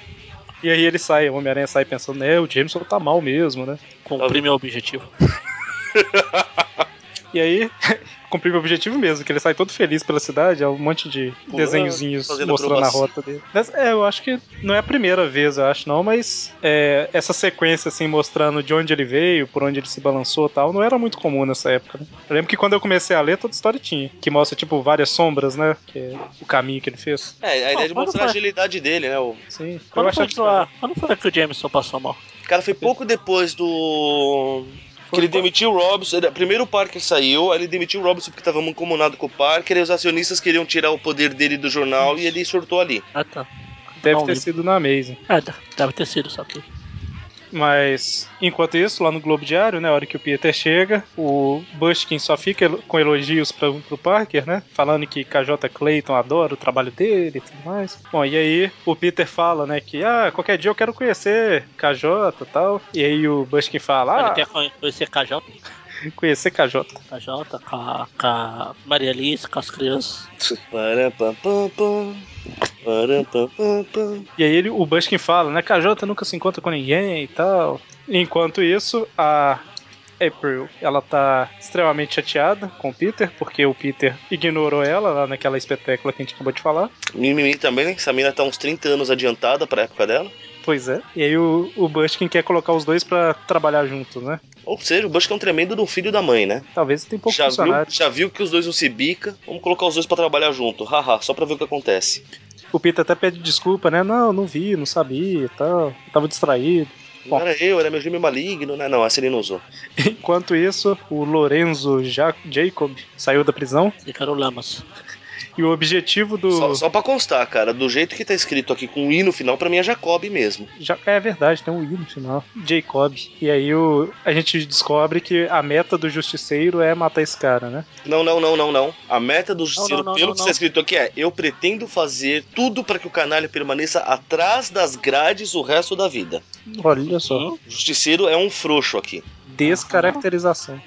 Speaker 1: E aí ele sai, o Homem-Aranha sai pensando, né, o Jameson tá mal mesmo, né?
Speaker 2: Cumpri meu objetivo.
Speaker 1: E aí, cumprir o objetivo mesmo, que ele sai todo feliz pela cidade, é um monte de
Speaker 3: Pulando,
Speaker 1: desenhozinhos
Speaker 3: fazendo
Speaker 1: mostrando a
Speaker 3: acrobacia.
Speaker 1: rota dele. Mas, é, eu acho que não é a primeira vez, eu acho não, mas é, essa sequência assim, mostrando de onde ele veio, por onde ele se balançou e tal, não era muito comum nessa época, né? Eu lembro que quando eu comecei a ler, toda história tinha, que mostra, tipo, várias sombras, né, que é o caminho que ele fez.
Speaker 3: É, a
Speaker 2: Não,
Speaker 3: ideia de
Speaker 2: quando
Speaker 3: mostrar a
Speaker 2: faz-
Speaker 3: agilidade dele, né? O
Speaker 1: Sim, eu
Speaker 2: Quando foi,
Speaker 1: achava
Speaker 2: que a- quando foi que o Jameson passou mal?
Speaker 3: cara foi pouco depois do. Que ele demitiu o Robson. ele- Primeiro o Parker saiu, aí ele demitiu o Robson porque tava mancomunado com o Parker, e os acionistas queriam tirar o poder dele do jornal e ele surtou ali.
Speaker 2: Ah, tá.
Speaker 1: que deve
Speaker 2: Não
Speaker 1: ter
Speaker 2: lembro.
Speaker 1: sido na Amazing.
Speaker 2: É, deve ter sido, só que.
Speaker 1: Mas, enquanto isso, lá no Globo Diário, né, a hora que o Peter chega, o Bushkin só fica elo- com elogios pra, pro Parker, né? Falando que KJ Clayton adora o trabalho dele e tudo mais. Bom, e aí o Peter fala, né, que ah, qualquer dia eu quero conhecer KJ e tal. E aí o Bushkin fala,
Speaker 2: Ele
Speaker 1: ah,
Speaker 2: quer conhe- conhecer KJ,
Speaker 1: conhecer KJ.
Speaker 2: KJ, com a, com a Maria Alice, com as crianças.
Speaker 3: Parampampam, parampampam.
Speaker 1: E aí ele, o Bushkin fala, né, KJ nunca se encontra com ninguém e tal. Enquanto isso, a April, ela tá extremamente chateada com o Peter, porque o Peter ignorou ela lá naquela espetácula que a gente acabou de falar.
Speaker 3: Mimimi também, essa mina tá uns 30 anos adiantada pra época dela.
Speaker 1: Pois é. E aí o, o Bushkin quer colocar os dois pra trabalhar juntos, né?
Speaker 3: Ou seja, o Bush é um tremendo de um filho da mãe, né?
Speaker 1: Talvez tem pouco
Speaker 3: Já viu,
Speaker 1: funcionário.
Speaker 3: já viu que os dois não se bica, vamos colocar os dois pra trabalhar junto, haha, só pra ver o que acontece.
Speaker 1: O Peter até pede desculpa, né? Não, não vi, não sabia e tal. Eu tava distraído. Bom.
Speaker 3: Não era eu, era meu gêmeo maligno, né? Não, essa ele não usou.
Speaker 1: Enquanto isso, o Lorenzo Ja- Jacob saiu da prisão
Speaker 2: Ricardo Lamas.
Speaker 1: e o objetivo do.
Speaker 3: Só, só pra constar, cara, do jeito que tá escrito aqui com I no final, pra mim é Jacob mesmo.
Speaker 1: Ja- É verdade, tem um I no final. Jacob. E aí o... a gente descobre que a meta do justiceiro é matar esse cara, né?
Speaker 3: Não, não, não, não, não. A meta do
Speaker 2: não,
Speaker 3: justiceiro,
Speaker 2: não,
Speaker 3: pelo
Speaker 2: não,
Speaker 3: que
Speaker 2: não.
Speaker 3: está escrito aqui, é: eu pretendo fazer tudo para que o canalha permaneça atrás das grades o resto da vida.
Speaker 1: Olha só.
Speaker 3: O justiceiro é um frouxo aqui.
Speaker 1: Descaracterização.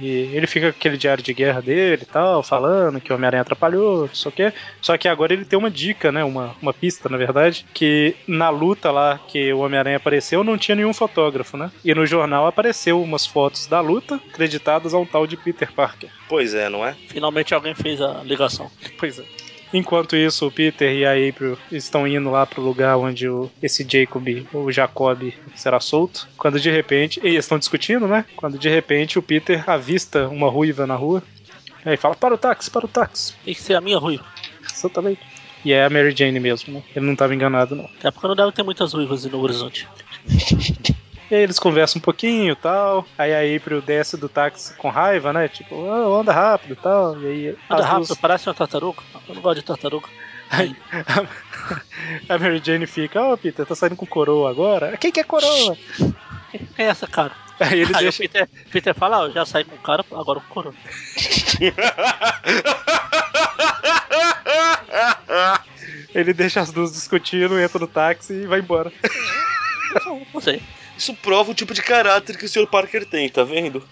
Speaker 1: E ele fica com aquele diário de guerra dele e tal, falando que o Homem-Aranha atrapalhou, só que Só que agora ele tem uma dica, né? Uma, uma pista, na verdade, que na luta lá que o Homem-Aranha apareceu, não tinha nenhum fotógrafo, né? E no jornal apareceu umas fotos da luta, creditadas a um tal de Peter Parker.
Speaker 3: Pois é, não é?
Speaker 2: Finalmente alguém fez a ligação.
Speaker 1: Pois é. Enquanto isso, o Peter e a April estão indo lá pro lugar onde o, esse Jacob, ou Jacob, será solto. Quando de repente. E eles estão discutindo, né? Quando de repente o Peter avista uma ruiva na rua. Aí fala: para o táxi, para o táxi.
Speaker 2: Tem que ser a minha ruiva.
Speaker 1: Exatamente. E é a Mary Jane mesmo, né? Ele não tava enganado, não.
Speaker 2: Até porque não deve ter muitas ruivas no horizonte.
Speaker 1: E aí eles conversam um pouquinho e tal. Aí a April desce do táxi com raiva, né? Tipo, "Ah, anda rápido e tal. E aí
Speaker 2: Anda
Speaker 1: as
Speaker 2: rápido,
Speaker 1: duas-
Speaker 2: parece uma tartaruga. Eu não gosto de tartaruga.
Speaker 1: a Mary Jane fica, ó, Peter, tá saindo com coroa agora? Quem que é coroa?
Speaker 2: Quem é essa cara?
Speaker 1: Aí ele
Speaker 2: Aí
Speaker 1: deixa.
Speaker 2: o Peter, Peter fala, "Ah, eu já saí com o cara, agora com o coroa.
Speaker 1: Ele deixa as duas discutindo, entra no táxi e vai embora.
Speaker 2: Não sei.
Speaker 3: Isso prova o tipo de caráter que o Sr. Parker tem, tá vendo?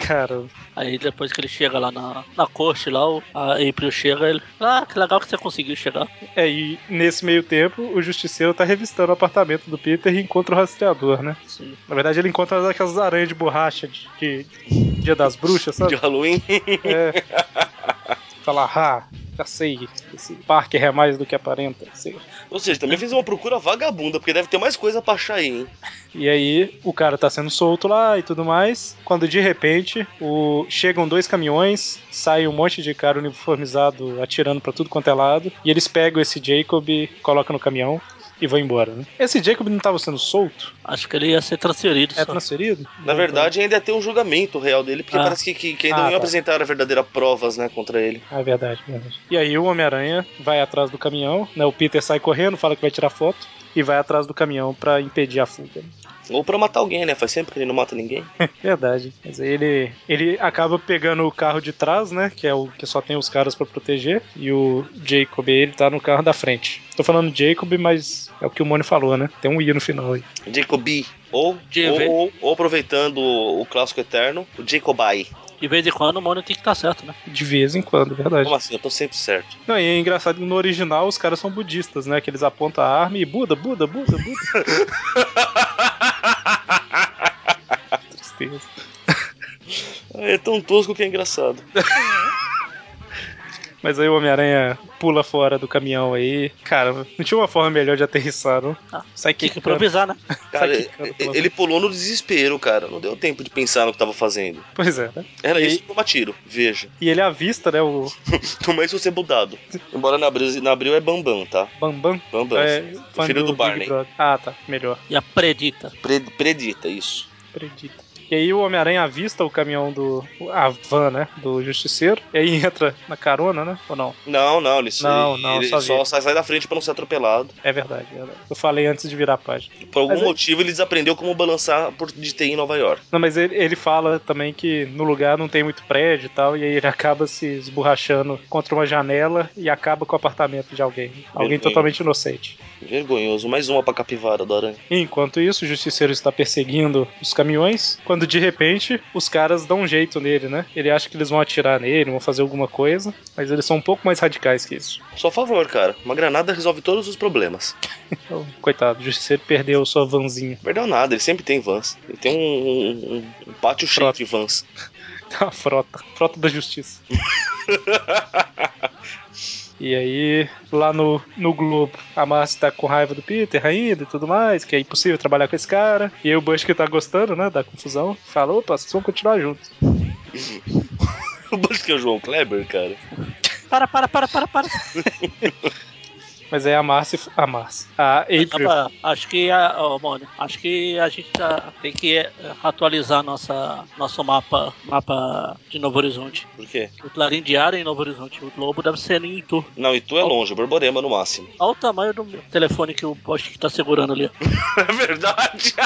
Speaker 1: Cara,
Speaker 2: Aí depois que ele chega lá na, na corte, lá, o- a April chega, ele. Ah, que legal que você conseguiu chegar.
Speaker 1: é, e nesse meio tempo, o justiceiro tá revistando o apartamento do Peter e encontra o rastreador, né?
Speaker 2: Sim.
Speaker 1: Na verdade, ele encontra aquelas aranhas de borracha de, de Dia das Bruxas, sabe?
Speaker 3: De Halloween.
Speaker 1: É. Fala, ah, já sei, esse Parker é mais do que aparenta. Sei.
Speaker 3: Ou seja, também fez uma procura vagabunda, porque deve ter mais coisa pra achar aí, hein?
Speaker 1: E aí, o cara tá sendo solto lá e tudo mais. Quando de repente, o... chegam dois caminhões, sai um monte de cara uniformizado atirando pra tudo quanto é lado. E eles pegam esse Jacob, colocam no caminhão e vão embora, né? Esse Jacob não tava sendo solto?
Speaker 2: Acho que ele ia ser transferido.
Speaker 1: É
Speaker 2: só.
Speaker 1: transferido?
Speaker 3: Na verdade, ainda tem um julgamento real dele, porque
Speaker 2: Ah.
Speaker 3: parece que, que, que ainda
Speaker 1: Ah,
Speaker 3: não
Speaker 1: tá.
Speaker 3: iam apresentar a verdadeira provas, né, contra ele.
Speaker 1: Ah, é verdade, é verdade. E aí o Homem-Aranha vai atrás do caminhão, né? O Peter sai correndo, fala que vai tirar foto e vai atrás do caminhão pra impedir a fuga. né?
Speaker 3: Ou pra matar alguém, né? Faz sempre que ele não mata ninguém.
Speaker 1: Verdade. Mas aí ele, ele acaba pegando o carro de trás, né? Que é o que só tem os caras pra proteger. E o Jacob, ele tá no carro da frente. Tô falando Jacob, mas é o que o Mônio falou, né? Tem um I no final aí.
Speaker 3: Jacobi. Ou,
Speaker 2: JV.
Speaker 3: ou, ou, ou aproveitando o, o clássico eterno, o Jacobai.
Speaker 1: Tá
Speaker 2: De vez em quando o Mônio tem que estar certo, né?
Speaker 1: De vez em quando, é verdade.
Speaker 3: Como assim? Eu tô sempre certo.
Speaker 1: Não, e é engraçado que no original os caras são budistas, né? Que eles apontam a arma e Buda, Buda, Buda, Buda. Tristeza.
Speaker 3: É tão tosco que é engraçado.
Speaker 1: Mas aí o Homem-Aranha pula fora do caminhão aí. Cara, não tinha uma forma melhor de aterrissar, não?
Speaker 2: Ah,
Speaker 1: Sai
Speaker 2: Tem que
Speaker 1: quicando.
Speaker 2: improvisar, né?
Speaker 3: Cara,
Speaker 1: Sai quicando pela-
Speaker 3: ele pulou no desespero, cara. Não deu tempo de pensar no que tava fazendo.
Speaker 1: Pois é, né?
Speaker 3: Era
Speaker 1: E-
Speaker 3: isso que toma tiro, veja.
Speaker 1: E ele avista, né? O
Speaker 3: Toma isso você budado. Embora na abril, na abril é Bambam, tá?
Speaker 1: Bambam.
Speaker 3: Bambam.
Speaker 1: é, fã
Speaker 3: filho do
Speaker 1: Big
Speaker 3: Barney.
Speaker 1: Brother. Ah, tá. Melhor.
Speaker 2: E a predita.
Speaker 3: Pre- predita isso.
Speaker 1: Acredito. E aí o Homem-Aranha avista o caminhão do. a van, né? Do Justiceiro. E aí entra na carona, né? Ou não?
Speaker 3: Não, não, ele,
Speaker 1: Não, não,
Speaker 3: ele
Speaker 1: só
Speaker 3: só
Speaker 1: vi.
Speaker 3: sai, sai da frente pra não ser atropelado.
Speaker 1: É verdade, é verdade. Eu falei antes de virar a página.
Speaker 3: Por algum
Speaker 1: Mas é-
Speaker 3: motivo ele desaprendeu como balançar por, de TI em Nova York.
Speaker 1: Não, mas ele, ele fala também que no lugar não tem muito prédio e tal, e aí ele acaba se esborrachando contra uma janela e acaba com o apartamento de alguém. Alguém
Speaker 3: Perfeito.
Speaker 1: totalmente inocente.
Speaker 3: Vergonhoso. Mais uma pra capivara do aranha.
Speaker 1: Enquanto isso, o justiceiro está perseguindo os caminhões, quando de repente os caras dão um jeito nele, né? Ele acha que eles vão atirar nele, vão fazer alguma coisa, mas eles são um pouco mais radicais que isso.
Speaker 3: Só a favor, cara. Uma granada resolve todos os problemas.
Speaker 1: Então, coitado, o justiceiro perdeu sua vanzinha.
Speaker 3: Perdeu nada, ele sempre tem vans. Ele tem um, um- um- um pátio cheio de vans.
Speaker 1: A tá frota. Frota da justiça. E aí, lá no, no Globo, a Marcia tá com raiva do Peter ainda e tudo mais, que é impossível trabalhar com esse cara. E aí o Bush que tá gostando, né, da confusão, fala, opa, vocês vão continuar juntos.
Speaker 3: o Bush que é o João Kleber, cara.
Speaker 2: Para, para, para, para, para.
Speaker 1: Mas aí a Marcia, a Marcia, a April,
Speaker 2: Acaba- Então, acho que a, ô, Mônio, acho que a gente tá- tem que eh, atualizar nossa, nosso mapa, mapa de Novo Horizonte.
Speaker 3: Por quê?
Speaker 2: O Clarim Diário em Novo Horizonte. O Globo deve ser em Itu.
Speaker 3: Não, e tu é longe, Borborema no máximo.
Speaker 2: Olha o tamanho do telefone que o poste que tá segurando ali.
Speaker 3: É verdade.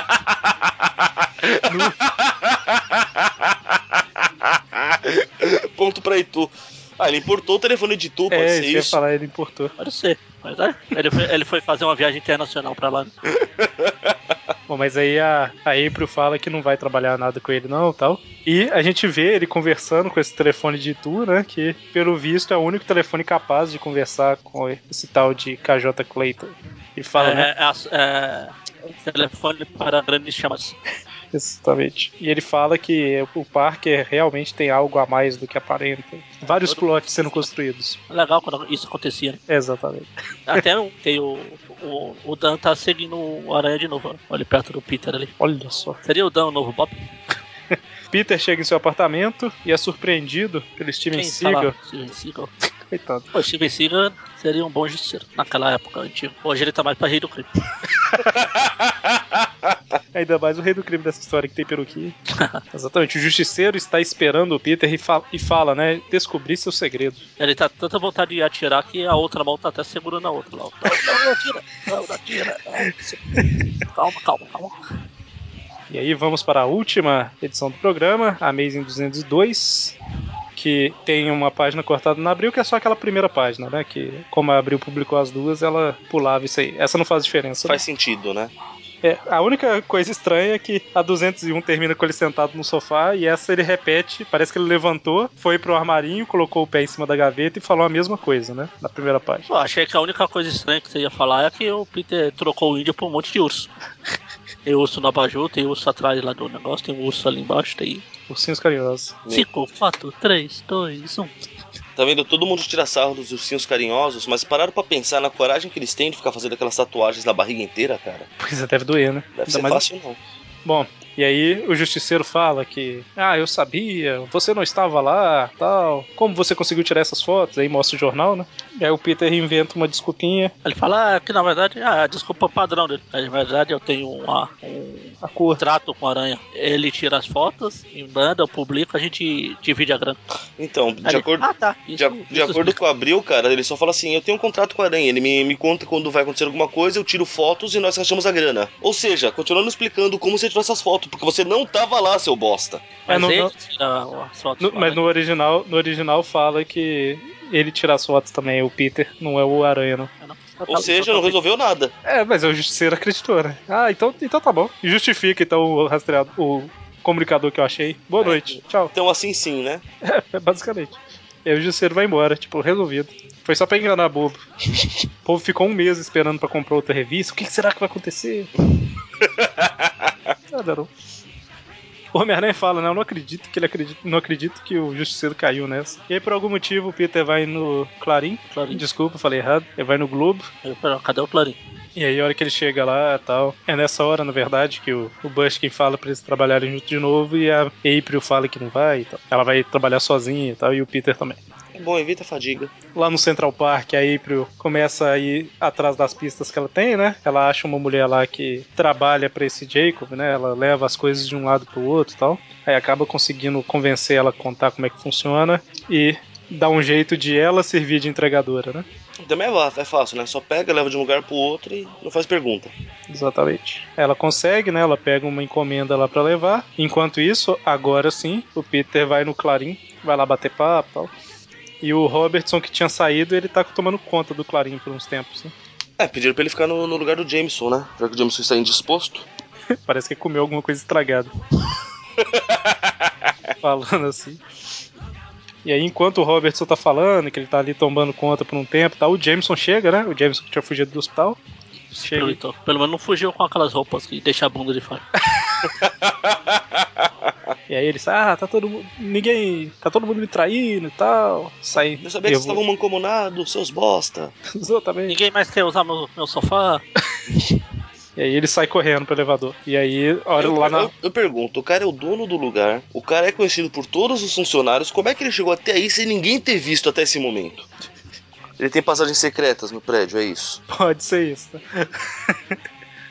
Speaker 3: Ponto pra Itu. Ah, ele importou o telefone de Itu, pode
Speaker 1: é,
Speaker 3: ser
Speaker 1: isso que eu ia
Speaker 3: isso.
Speaker 1: falar, ele importou.
Speaker 2: Pode ser. Mas é, ele, foi, ele foi fazer uma viagem internacional pra lá.
Speaker 1: Bom, mas aí a, a April fala que não vai trabalhar nada com ele não tal. E a gente vê ele conversando com esse telefone de Itu, né, que pelo visto é o único telefone capaz de conversar com esse tal de KJ Clayton. E fala,
Speaker 2: é,
Speaker 1: né,
Speaker 2: é, as- é, telefone para grandes chamas.
Speaker 1: Exatamente. E ele fala que o Parker realmente tem algo a mais do que aparenta. Vários plots sendo construídos.
Speaker 2: É Legal quando isso acontecia. né?
Speaker 1: Exatamente.
Speaker 2: Até um- tem o, o, o Dan tá seguindo o Aranha de novo. ó. Olha perto do Peter ali.
Speaker 1: Olha só.
Speaker 2: Seria o Dan o novo Bob?
Speaker 1: Peter chega em seu apartamento e é surpreendido pelo Steven
Speaker 2: Quem
Speaker 1: Seagal.
Speaker 2: fala? Steven Seagal.
Speaker 1: Coitado.
Speaker 2: Pô, Steven Seagal seria um bom justiceiro naquela época antiga. Hoje ele tá mais pra rei do crime.
Speaker 1: Ainda mais o rei do crime dessa história que tem peruquinha. Exatamente. O justiceiro está esperando o Peter e, fa- e fala, né? Descobrir seu segredo.
Speaker 2: Ele tá com tanta vontade de atirar que a outra mão tá até segurando a outra lá. ó. Não, não, não atira. Não, não atira. Não. Calma, calma, calma.
Speaker 1: E aí vamos para a última edição do programa, a Amazing 202, que tem uma página cortada na Abril, que é só aquela primeira página, né? Que como a Abril publicou as duas, ela pulava isso aí. Essa não faz diferença. né?
Speaker 3: Faz sentido, né?
Speaker 1: É, a única coisa estranha é que a 201 termina com ele sentado no sofá e essa ele repete, parece que ele levantou, foi pro armarinho, colocou o pé em cima da gaveta e falou a mesma coisa, né? Na primeira página.
Speaker 2: Pô, achei que a única coisa estranha que você ia falar é que o Peter trocou o índio por um monte de urso. Tem urso na abajur, tem urso atrás lá do negócio, tem um urso ali embaixo, tem.
Speaker 1: Ursinhos carinhosos.
Speaker 2: 5, 4, 3, 2, 1.
Speaker 3: Tá vendo? Todo mundo tira sarro dos ursinhos carinhosos, mas pararam pra pensar na coragem que eles têm de ficar fazendo aquelas tatuagens na barriga inteira, cara.
Speaker 1: Pois é, deve doer, né?
Speaker 3: Deve
Speaker 1: Ainda
Speaker 3: ser
Speaker 1: mais-
Speaker 3: fácil, não.
Speaker 1: Bom, e aí o justiceiro fala que, ah, eu sabia, você não estava lá, tal. Como você conseguiu tirar essas fotos? Aí mostra o jornal, né? E aí o Peter inventa uma desculpinha,
Speaker 2: Ele fala ah, que na verdade, ah, desculpa o padrão dele. Na verdade, eu tenho uma- um
Speaker 1: a cor.
Speaker 2: contrato com a aranha. Ele tira as fotos, me manda, eu publico, a gente divide a grana.
Speaker 3: Então, de
Speaker 2: Ele,
Speaker 3: acordo.
Speaker 2: Ah, tá.
Speaker 3: De, a- de acordo com o Abril, cara, ele só fala assim: eu tenho um contrato com a Aranha, ele me, me conta quando vai acontecer alguma coisa, eu tiro fotos e nós achamos a grana. Ou seja, continuando explicando como você tirou essas fotos, porque você não tava lá, seu bosta.
Speaker 2: Mas
Speaker 1: É, não-
Speaker 2: ele
Speaker 1: não-
Speaker 2: tira as fotos.
Speaker 1: No-
Speaker 2: lá,
Speaker 1: mas
Speaker 2: né?
Speaker 1: no original, no original fala que ele tira as fotos também, o Peter, não é o Aranha, não.
Speaker 3: Ou seja, não resolveu nada.
Speaker 1: É, mas o justiceiro acreditou, né? Ah, então, então tá bom. E Justifica então o rastreado, o comunicador que eu achei. Boa
Speaker 3: É.
Speaker 1: noite, tchau.
Speaker 3: Então, assim sim, né?
Speaker 1: É, basicamente. E aí o Jusceiro vai embora, tipo, resolvido. Foi só pra enganar bobo. o povo ficou um mês esperando pra comprar outra revista. O que, que será que vai acontecer? Nada não. O Homem-Aranha fala, né? Eu não acredito que ele acredita, não acredito que o Justiceiro caiu nessa. E aí, por algum motivo, o Peter vai no Clarim.
Speaker 2: Clarim.
Speaker 1: Desculpa, falei errado. Ele vai no Globo.
Speaker 2: Pera, Cadê o Clarim?
Speaker 1: E aí, a hora que ele chega lá tal. É nessa hora, na verdade, que o, o Bushkin fala pra eles trabalharem junto de novo. E a April fala que não vai e tal. Ela vai trabalhar sozinha e tal. E o Peter também.
Speaker 3: É bom, evita a fadiga.
Speaker 1: Lá no Central Park, a April começa a ir atrás das pistas que ela tem, né? Ela acha uma mulher lá que trabalha pra esse Jacob, né? Ela leva as coisas de um lado pro outro e tal. Aí acaba conseguindo convencer ela a contar como é que funciona e dá um jeito de ela servir de entregadora, né?
Speaker 3: Também é, va- é fácil, né? Só pega, leva de um lugar pro outro e não faz pergunta.
Speaker 1: Exatamente. Ela consegue, né? Ela pega uma encomenda lá pra levar. Enquanto isso, agora sim, o Peter vai no Clarim, vai lá bater papo e tal. E o Robertson, que tinha saído, ele tá tomando conta do Clarim por uns tempos, né?
Speaker 3: É, pediram pra ele ficar no, no lugar do Jameson, né? Já que o Jameson está indisposto.
Speaker 1: Parece que comeu alguma coisa estragada. Falando assim. E aí, enquanto o Robertson tá falando, que ele tá ali tombando conta por um tempo e tal, o Jameson chega, né? O Jameson que tinha fugido do hospital. Chega.
Speaker 2: Pelo,
Speaker 1: e-
Speaker 2: então. Pelo menos não fugiu com aquelas roupas que deixa a bunda de fora.
Speaker 1: E aí ele sai, ah, tá todo mundo. Ninguém. Tá todo mundo me traindo e tal. Sai.
Speaker 3: Eu sabia que vocês
Speaker 1: nervoso.
Speaker 3: estavam mancomunados, seus bosta.
Speaker 1: Exatamente.
Speaker 2: Ninguém mais quer usar meu, meu sofá.
Speaker 1: E aí ele sai correndo pro elevador. E aí, a hora
Speaker 3: Eu,
Speaker 1: lá na.
Speaker 3: eu- eu pergunto, o cara é o dono do lugar, o cara é conhecido por todos os funcionários, como é que ele chegou até aí sem ninguém ter visto até esse momento? Ele tem passagens secretas no prédio, é isso.
Speaker 1: Pode ser isso. né?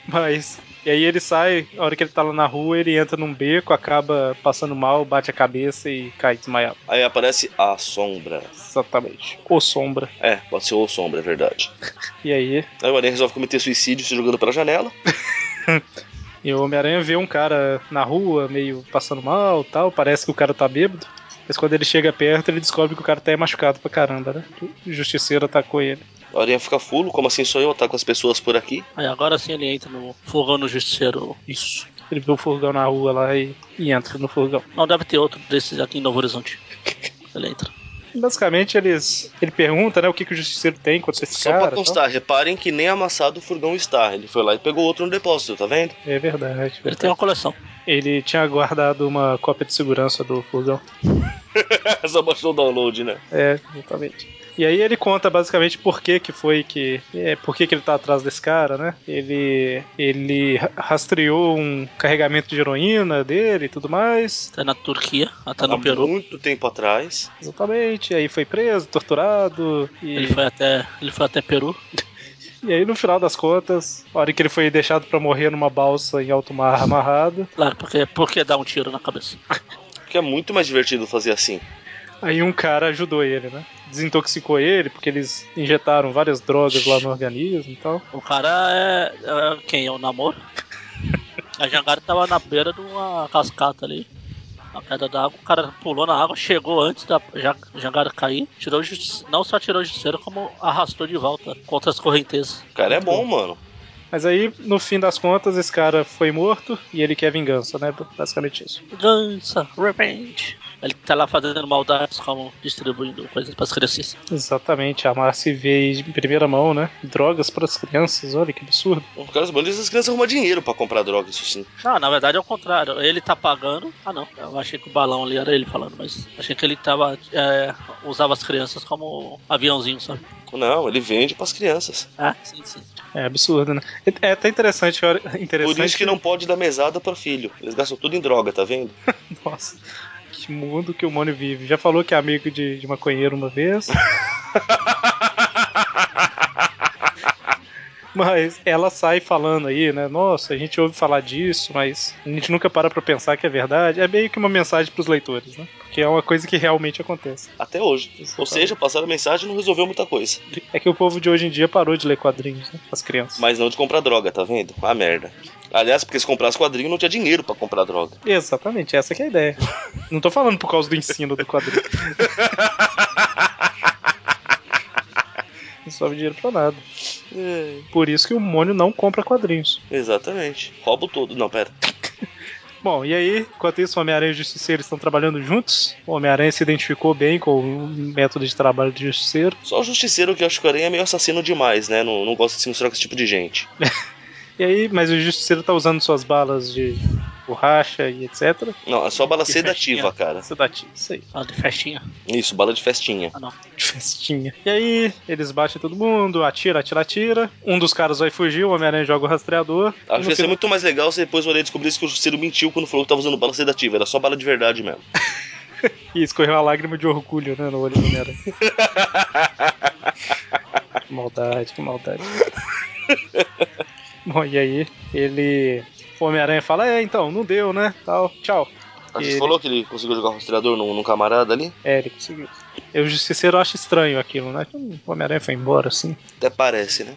Speaker 1: Mas. E aí ele sai, a hora que ele tá lá na rua, ele entra num beco, acaba passando mal, bate a cabeça e cai desmaiado.
Speaker 3: Aí aparece a sombra.
Speaker 1: Exatamente. Ou sombra.
Speaker 3: É, pode ser o sombra, é verdade.
Speaker 1: E aí,
Speaker 3: Aí o Aranha resolve cometer suicídio se jogando pela janela.
Speaker 1: e o Homem-Aranha vê um cara na rua, meio passando mal tal, parece que o cara tá bêbado. Mas quando ele chega perto, ele descobre que o cara tá machucado pra caramba, né? O justiceiro atacou ele.
Speaker 3: O Aranha fica fulo, como assim sou eu, ataco as pessoas por aqui?
Speaker 2: Aí agora sim ele entra no fogão no justiceiro.
Speaker 1: Isso. Ele vê o furgão na rua lá e, e entra no furgão.
Speaker 2: Não deve ter outro desses aqui em Novo Horizonte. Ele entra.
Speaker 1: Basicamente, eles, ele pergunta, né, o que, que o justiceiro tem contra esse
Speaker 3: Só
Speaker 1: cara. então-
Speaker 3: pra constar, reparem que nem amassado o furgão está. Ele foi lá e pegou outro no depósito, tá vendo?
Speaker 1: tal. É verdade.
Speaker 2: Ele tem um- uma coleção.
Speaker 1: Ele tinha guardado uma cópia de segurança do furgão.
Speaker 3: Só baixou o download, né?
Speaker 1: É, exatamente. E aí ele conta basicamente por que que foi que... É, por que que ele tá atrás desse cara, né? Ele, ele ra- rastreou um carregamento de heroína dele e tudo mais.
Speaker 2: Até Tá na Turquia, até
Speaker 3: Há
Speaker 2: Tá no Peru.
Speaker 3: Tá muito tempo atrás.
Speaker 1: Exatamente. E aí foi preso, torturado. E,
Speaker 2: Ele foi até, ele foi até Peru.
Speaker 1: e aí no final das contas, a hora que ele foi deixado pra morrer numa balsa em alto mar amarrado,
Speaker 2: Claro, porque, porque dá um tiro na cabeça.
Speaker 3: Porque é muito mais divertido fazer assim.
Speaker 1: Aí um cara ajudou ele, né? Desintoxicou ele, porque eles injetaram várias drogas lá no organismo e tal.
Speaker 2: O cara é, é quem? É o namoro? A jangada tava na beira de uma cascata ali. A queda da água, o cara pulou na água, chegou antes da ja- jangada cair, tirou o justi- não só tirou o justiceiro, como arrastou de volta contra as correntezas.
Speaker 3: O cara é bom, mano.
Speaker 1: Mas aí, no fim das contas, esse cara foi morto e ele quer vingança, né? Basicamente isso.
Speaker 2: Vingança, revenge. Ele tá lá fazendo maldades, como distribuindo coisas pras crianças.
Speaker 1: Exatamente, a Marcy vê em primeira mão, né? Drogas pras crianças, olha que absurdo.
Speaker 3: Os caras bandidos, as crianças arrumam dinheiro pra comprar droga, isso sim.
Speaker 2: Não, na verdade é o contrário. Ele tá pagando. Ah, não. Eu achei que o balão ali era ele falando, mas achei que ele tava. é, usava as crianças como aviãozinho, sabe?
Speaker 3: Não, ele vende pras crianças.
Speaker 2: Ah, sim, sim.
Speaker 1: É absurdo, né? É- É até interessante, olha. Interessante. né?
Speaker 3: Por isso que não pode dar mesada pra filho. Eles gastam tudo em droga, tá vendo?
Speaker 1: Nossa. Que mundo que o Mônio vive. Já falou que é amigo de, de maconheiro uma vez. mas ela sai falando aí, né? Nossa, a gente ouve falar disso, mas a gente nunca para pra pensar que é verdade. É meio que uma mensagem pros leitores, né? Porque é uma coisa que realmente acontece.
Speaker 3: Até hoje. Ou
Speaker 1: Tá.
Speaker 3: seja, passar a mensagem não resolveu muita coisa.
Speaker 1: É que o povo de hoje em dia parou de ler quadrinhos, né? As crianças.
Speaker 3: Mas não de comprar droga, tá vendo? Ah, merda. Aliás, porque se comprasse quadrinho não tinha dinheiro pra comprar droga.
Speaker 1: Exatamente, essa que é a ideia. Não tô falando por causa do ensino do quadrinho. Não sobe dinheiro pra nada. Por isso que o Mônio não compra quadrinhos.
Speaker 3: Exatamente. Roubo todo. Não, pera.
Speaker 1: Bom, e aí, enquanto isso, o Homem-Aranha e o Justiceiro estão trabalhando juntos. O Homem-Aranha se identificou bem com o método de trabalho do Justiceiro.
Speaker 3: Só o justiceiro que eu acho que o Aranha é meio assassino demais, né? Não, não gosta de se misturar com esse tipo de gente.
Speaker 1: E aí, mas o Justiceiro tá usando suas balas de borracha e etc.
Speaker 3: Não, é só bala
Speaker 1: Que
Speaker 3: sedativa,
Speaker 1: festinha.
Speaker 3: cara.
Speaker 1: Sedativo, isso aí.
Speaker 2: Ah, de festinha.
Speaker 3: Isso, bala de festinha.
Speaker 2: Ah, não.
Speaker 1: Festinha. E aí, eles batem todo mundo, atira, atira, atira. Um dos caras vai fugir, o Homem-Aranha joga o rastreador. E
Speaker 3: Acho
Speaker 1: no
Speaker 3: que ia ser
Speaker 1: final-
Speaker 3: muito mais legal se depois o Aranha descobrisse que o justiceiro mentiu quando falou que tava usando bala sedativa. Era só bala de verdade mesmo.
Speaker 1: E escorreu uma lágrima de orgulho, né, no olho do Homem-Aranha. que maldade, que maldade. Bom, e aí, ele. O Homem-Aranha fala: É, então, não deu, né? Tal, tchau.
Speaker 3: A gente
Speaker 1: Ele-
Speaker 3: falou que ele conseguiu jogar o rastreador num, num camarada ali?
Speaker 1: É, ele conseguiu. E o Justiceiro acha estranho aquilo, né? Hum, O Homem-Aranha foi embora, assim.
Speaker 3: Até parece, né?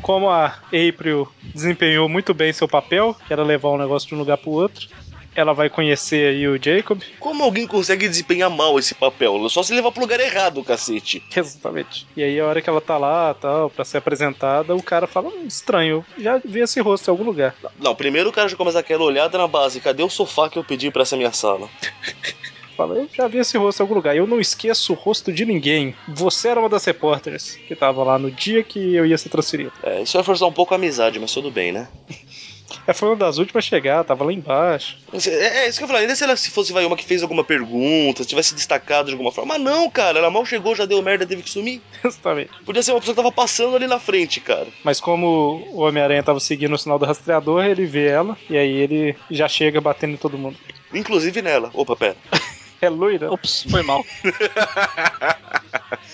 Speaker 1: Como a April desempenhou muito bem seu papel, que era levar um negócio de um lugar pro outro, ela vai conhecer aí o Jacob.
Speaker 3: Como alguém consegue desempenhar mal esse papel? Só se levar pro lugar errado, cacete.
Speaker 1: Exatamente. E aí a hora que ela tá lá, tal, pra ser apresentada, o cara fala, hum, estranho, já vi esse rosto em algum lugar.
Speaker 3: Não, primeiro o cara já começa aquela olhada na base. Cadê o sofá que eu pedi pra essa minha sala?
Speaker 1: Fala, eu já vi esse rosto em algum lugar. Eu não esqueço o rosto de ninguém. Você era uma das repórteres que tava lá no dia que eu ia ser transferido.
Speaker 3: É, isso vai forçar um pouco a amizade, mas tudo bem, né?
Speaker 1: É, foi uma das últimas a chegar, tava lá embaixo.
Speaker 3: Mas É, é isso que eu falei. Ainda se ela se fosse vai, uma que fez alguma pergunta, se tivesse destacado de alguma forma. Mas não, cara. Ela mal chegou, já deu merda, teve que sumir.
Speaker 1: Exatamente.
Speaker 3: Podia ser uma pessoa que tava passando ali na frente, cara.
Speaker 1: Mas como o Homem-Aranha tava seguindo o sinal do rastreador, ele vê ela e aí ele já chega batendo em todo mundo.
Speaker 3: Inclusive nela. Opa, pera.
Speaker 1: É loira?
Speaker 2: Ops, foi mal.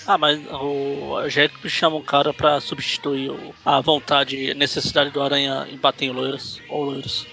Speaker 2: ah, mas o Jacob chama um cara pra substituir o- a vontade, necessidade do Aranha em bater em loiras ou loiros.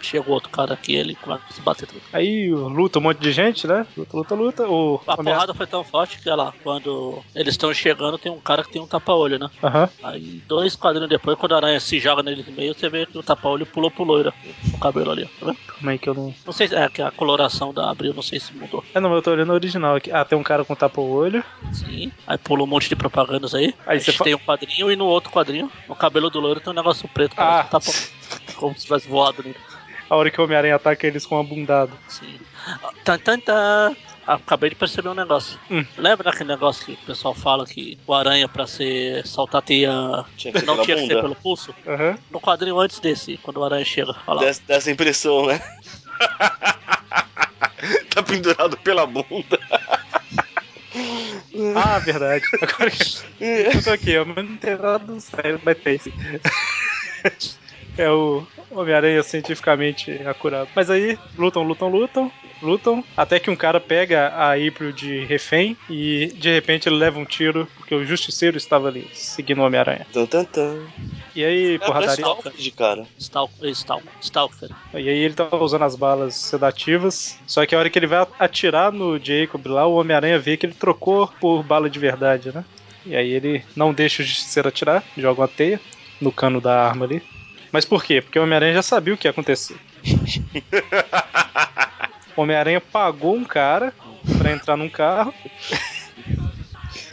Speaker 2: Chegou outro cara aqui, ele começa a se bater tudo.
Speaker 1: Aí luta um monte de gente, né? Luta, luta, luta. O
Speaker 2: A
Speaker 1: Homem-
Speaker 2: porrada foi tão forte que, olha lá, quando eles estão chegando, tem um cara que tem um tapa-olho, né?
Speaker 1: Aham.
Speaker 2: Aí, dois quadrinhos depois, quando a aranha se joga nele no meio, você vê que o tapa-olho pulou pro loira. O cabelo ali, ó. tá vendo?
Speaker 1: Como é que eu não.
Speaker 2: Não sei se é que a coloração da abril, não sei se mudou.
Speaker 1: É, não, eu tô olhando o original aqui. Ah, tem um cara com tapa-olho.
Speaker 2: Sim. Aí pula um monte de propagandas aí.
Speaker 1: Aí
Speaker 2: a
Speaker 1: você
Speaker 2: gente
Speaker 1: fa-
Speaker 2: tem um quadrinho e no outro quadrinho, no cabelo do loiro tem um negócio preto.
Speaker 1: Ah.
Speaker 2: parece um tapa- como se tivesse voado nele.
Speaker 1: A hora que o Homem-Aranha ataca eles com uma bundada.
Speaker 2: Sim. Ah, Tan, tan, tan. Acabei de perceber um negócio.
Speaker 1: Hum.
Speaker 2: Lembra daquele negócio que o pessoal fala que o aranha, pra ser saltar, teia,
Speaker 3: Tinha que ser
Speaker 2: não
Speaker 3: pela
Speaker 2: tinha que ser
Speaker 3: bunda.
Speaker 2: pelo pulso?
Speaker 1: Aham.
Speaker 2: No quadrinho antes desse, quando o aranha chega, olha lá.
Speaker 1: É.
Speaker 3: Dessa, dessa impressão, né? tá pendurado pela bunda.
Speaker 1: Ah, verdade. Agora que eu tô aqui, eu não tenho nada sério, mas tem sim. É o Homem-Aranha cientificamente acurado. Mas aí, lutam, lutam, lutam, lutam. Até que um cara pega a April de refém e de repente ele leva um tiro, porque o justiceiro estava ali, seguindo o Homem-Aranha.
Speaker 3: Tan, tan, tan.
Speaker 1: E aí,
Speaker 3: Ah, parece
Speaker 1: porradaria.
Speaker 3: Alfred, cara.
Speaker 2: Stalker, Stalker, Stalker.
Speaker 1: E aí ele tava usando as balas sedativas. Só que a hora que ele vai atirar no Jacob lá, o Homem-Aranha vê que ele trocou por bala de verdade, né? E aí ele não deixa o justiceiro atirar, joga uma teia no cano da arma ali. Mas por quê? Porque o Homem-Aranha já sabia o que ia acontecer. O Homem-Aranha pagou um cara pra entrar num carro.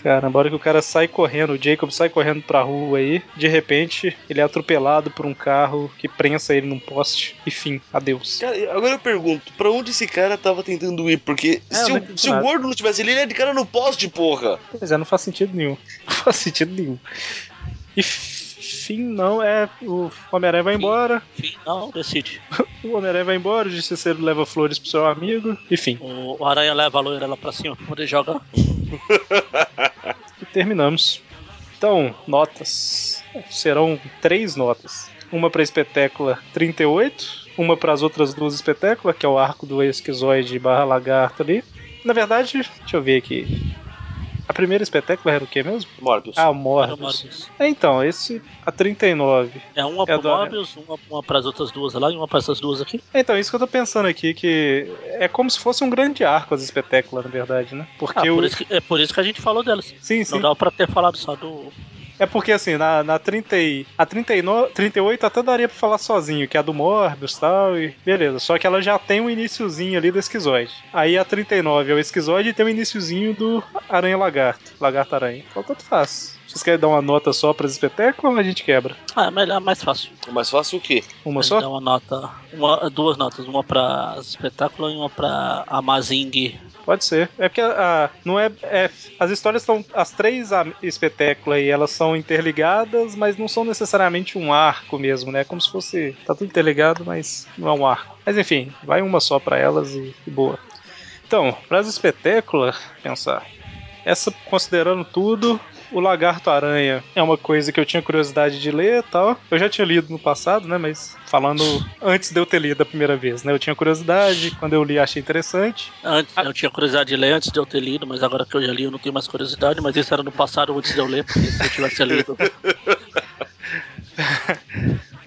Speaker 1: Caramba, a hora que o cara sai correndo, o Jacob sai correndo pra rua aí, de repente ele é atropelado por um carro que prensa ele num poste. E fim, adeus.
Speaker 3: Cara, agora eu pergunto, pra onde esse cara tava tentando ir? Porque
Speaker 1: É,
Speaker 3: se,
Speaker 1: eu não
Speaker 3: o,
Speaker 1: entendi
Speaker 3: se o
Speaker 1: nada.
Speaker 3: gordo não tivesse ali, ele ia de cara no poste, porra.
Speaker 1: Pois é, não faz sentido nenhum. Não faz sentido nenhum. E fim, não, é. O Homem-Aranha vai embora,
Speaker 2: Final, decide.
Speaker 1: o Homem-Aranha vai embora, o Justiceiro leva flores pro seu amigo, enfim,
Speaker 2: O o aranha leva a loira lá pra cima pra poder jogar.
Speaker 1: e terminamos. Então, notas. Serão três notas. Uma pra espetácula 38, uma pras outras duas espetáculas, que é o arco do esquizoide barra lagarto ali. Na verdade, deixa eu ver aqui. A primeira espetácula era o que mesmo?
Speaker 3: Morbius.
Speaker 1: Ah,
Speaker 2: Era o
Speaker 1: Morbius.
Speaker 2: Morbius.
Speaker 1: É, Então, esse, a 39,
Speaker 2: É uma
Speaker 1: É
Speaker 2: pro
Speaker 1: do aranha.
Speaker 2: Morbius, uma, uma pras outras duas lá e uma pra essas duas aqui.
Speaker 1: Então, isso que eu tô pensando aqui, que é como se fosse um grande arco as espetáculas, na verdade, né? Porque
Speaker 2: Ah,
Speaker 1: o.
Speaker 2: por isso que- é por isso que a gente falou delas.
Speaker 1: Sim, sim.
Speaker 2: Não dá pra ter falado só do.
Speaker 1: É porque assim, na, na 30 e... a 39, 38 até daria pra falar sozinho, que é a do Morbius e tal, e beleza. Só que ela já tem um iniciozinho ali do esquizoide. Aí a 39 é o esquizoide e tem o iniciozinho do Aranha Lagarto. Lagarto Aranha. Então tanto faz. Vocês querem dar uma nota só pras espetáculas ou a gente quebra?
Speaker 2: Ah, é melhor, mais fácil.
Speaker 3: Mas faço o quê?
Speaker 1: Uma
Speaker 2: A gente
Speaker 1: só?
Speaker 2: Dá uma nota. Uma, duas notas, uma pra espetáculo e uma pra Amazing.
Speaker 1: Pode ser. É porque a, a- não é, é- As histórias são. As três am- espetáculas aí, elas são interligadas, mas não são necessariamente um arco mesmo, né? É Como se fosse. Tá tudo interligado, mas não é um arco. Mas enfim, vai uma só pra elas e, e boa. Então, pras espetáculas, pensar. Essa, considerando tudo, o Lagarto Aranha é uma coisa que eu tinha curiosidade de ler e tal. Eu já tinha lido no passado, né? Mas falando antes de eu ter lido a primeira vez, né? Eu tinha curiosidade, quando eu li achei interessante.
Speaker 2: Antes, eu tinha curiosidade de ler antes de eu ter lido, mas agora que eu já li, eu não tenho mais curiosidade. Mas isso era no passado antes de eu ler, porque se eu tivesse lido.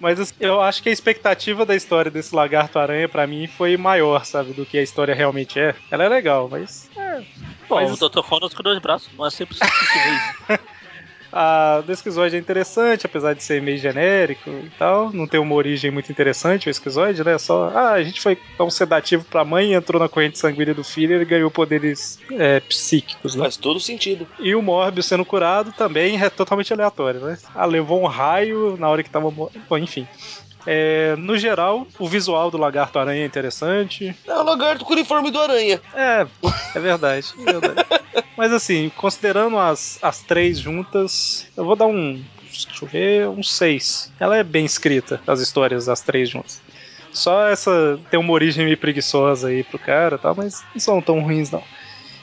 Speaker 1: Mas assim, eu acho que a expectativa da história desse lagarto aranha pra mim foi maior, sabe, do que a história realmente é. Ela é legal, mas é,
Speaker 2: Bom,
Speaker 1: Mas-
Speaker 2: o Dr. Fonos com dois braços, não é sempre suficiente.
Speaker 1: A do esquizoide é interessante, apesar de ser meio genérico e tal. Não tem uma origem muito interessante o esquizoide, né? Só, ah, a gente foi dar um sedativo pra mãe, entrou na corrente sanguínea do filho e ele ganhou poderes é, psíquicos, né?
Speaker 3: Faz todo sentido.
Speaker 1: E o Morbius sendo curado também é totalmente aleatório, né? Ah, levou um raio na hora que tava. mo- Bom, enfim. É, no geral, o visual do Lagarto Aranha é interessante.
Speaker 3: É o lagarto com o uniforme do aranha.
Speaker 1: É, é verdade, é verdade. Mas assim, considerando as, as três juntas, eu vou dar um. Deixa eu ver, um 6. Ela é bem escrita, as histórias das três juntas. Só essa tem uma origem meio preguiçosa aí pro cara e tal, mas não são tão ruins não.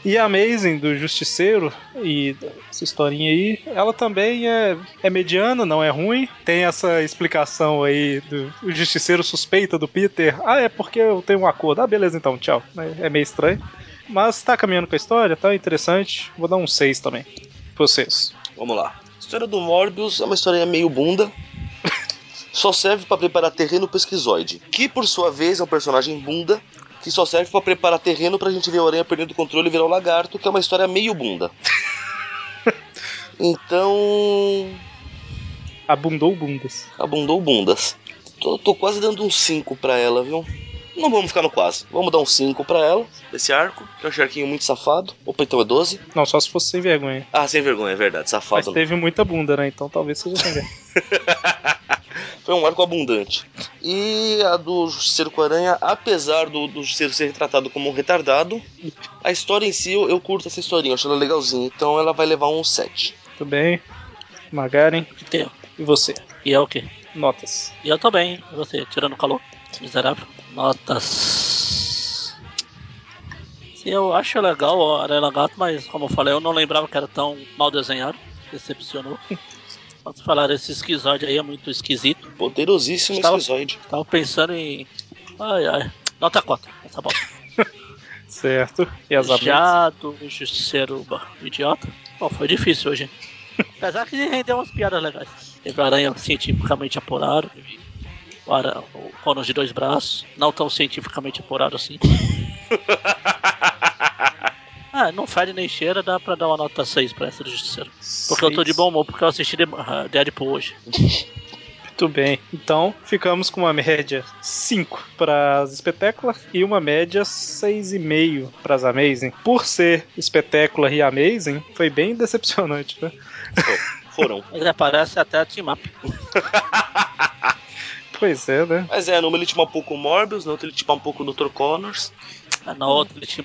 Speaker 1: E a Amazing do Justiceiro e essa historinha aí, ela também é, é mediana, não é ruim. Tem essa explicação aí do o Justiceiro suspeita do Peter. Ah, é porque eu tenho um acordo. Ah, beleza então, tchau. É, é meio estranho. Mas tá caminhando com a história, tá interessante. Vou dar um 6 também. Pra vocês.
Speaker 3: Vamos lá. A história do Morbius é uma história meio bunda. Só serve pra preparar terreno pro esquizoide. Que por sua vez é um personagem bunda. Que só serve pra preparar terreno pra gente ver o Aranha perdendo o controle e virar o lagarto, que é uma história meio bunda. Então.
Speaker 1: Abundou bundas.
Speaker 3: Abundou bundas. Tô, tô quase dando um 5 pra ela, viu? Não vamos ficar no quase. Vamos dar um 5 pra ela, desse arco, que é um charquinho muito safado. Opa, então é 12.
Speaker 1: Não, só se fosse sem vergonha.
Speaker 3: Ah, sem vergonha, é verdade,
Speaker 1: Mas
Speaker 3: safado.
Speaker 1: teve muita bunda, né? Então talvez seja sem vergonha.
Speaker 3: Foi um arco abundante. E a do Justiceiro com a Aranha, apesar do, do Justiceiro ser retratado como um retardado, a história em si, eu, eu curto essa historinha, eu acho ela legalzinha. Então ela vai levar um 7.
Speaker 1: Tudo bem. Magaren,
Speaker 2: Que tem-
Speaker 1: e você?
Speaker 2: E é o quê?
Speaker 1: Notas.
Speaker 2: E eu também, hein? E você, tirando calor. Miserável. Notas. Sim, eu acho legal o Aranha Lagarto, mas como eu falei, eu não lembrava que era tão mal desenhado. Decepcionou. Quando falaram esse esquizoide aí é muito esquisito.
Speaker 3: Poderosíssimo
Speaker 2: Estava-
Speaker 3: esquizoide.
Speaker 2: Tava pensando em. Ai ai. Nota tá 4, essa bola.
Speaker 1: Certo. E as abelhas?
Speaker 2: Já do Justiceruba idiota. Bom, foi difícil hoje. hein? Apesar que rendeu umas piadas legais. Teve um aranha cientificamente apurado. Teve o, ara... o Cronos de dois braços. Não tão cientificamente apurado assim. ah, não fede nem cheira, dá pra dar uma nota 6 pra essa do Justiceiro. Porque eu tô de bom humor, porque eu assisti Dem- ah, Deadpool hoje.
Speaker 1: Muito bem. Então, ficamos com uma média 5 para as espetáculas e uma média 6,5 para as Amazing. Por ser espetácula e Amazing, foi bem decepcionante, né?
Speaker 3: Foram.
Speaker 2: Mas ele aparece até a Team Up.
Speaker 1: Pois é, né?
Speaker 3: Mas é, numa ele tinha um pouco o Morbius, na outra ele tinha um pouco o Dr. Connors.
Speaker 2: Ah, Na outra ele tinha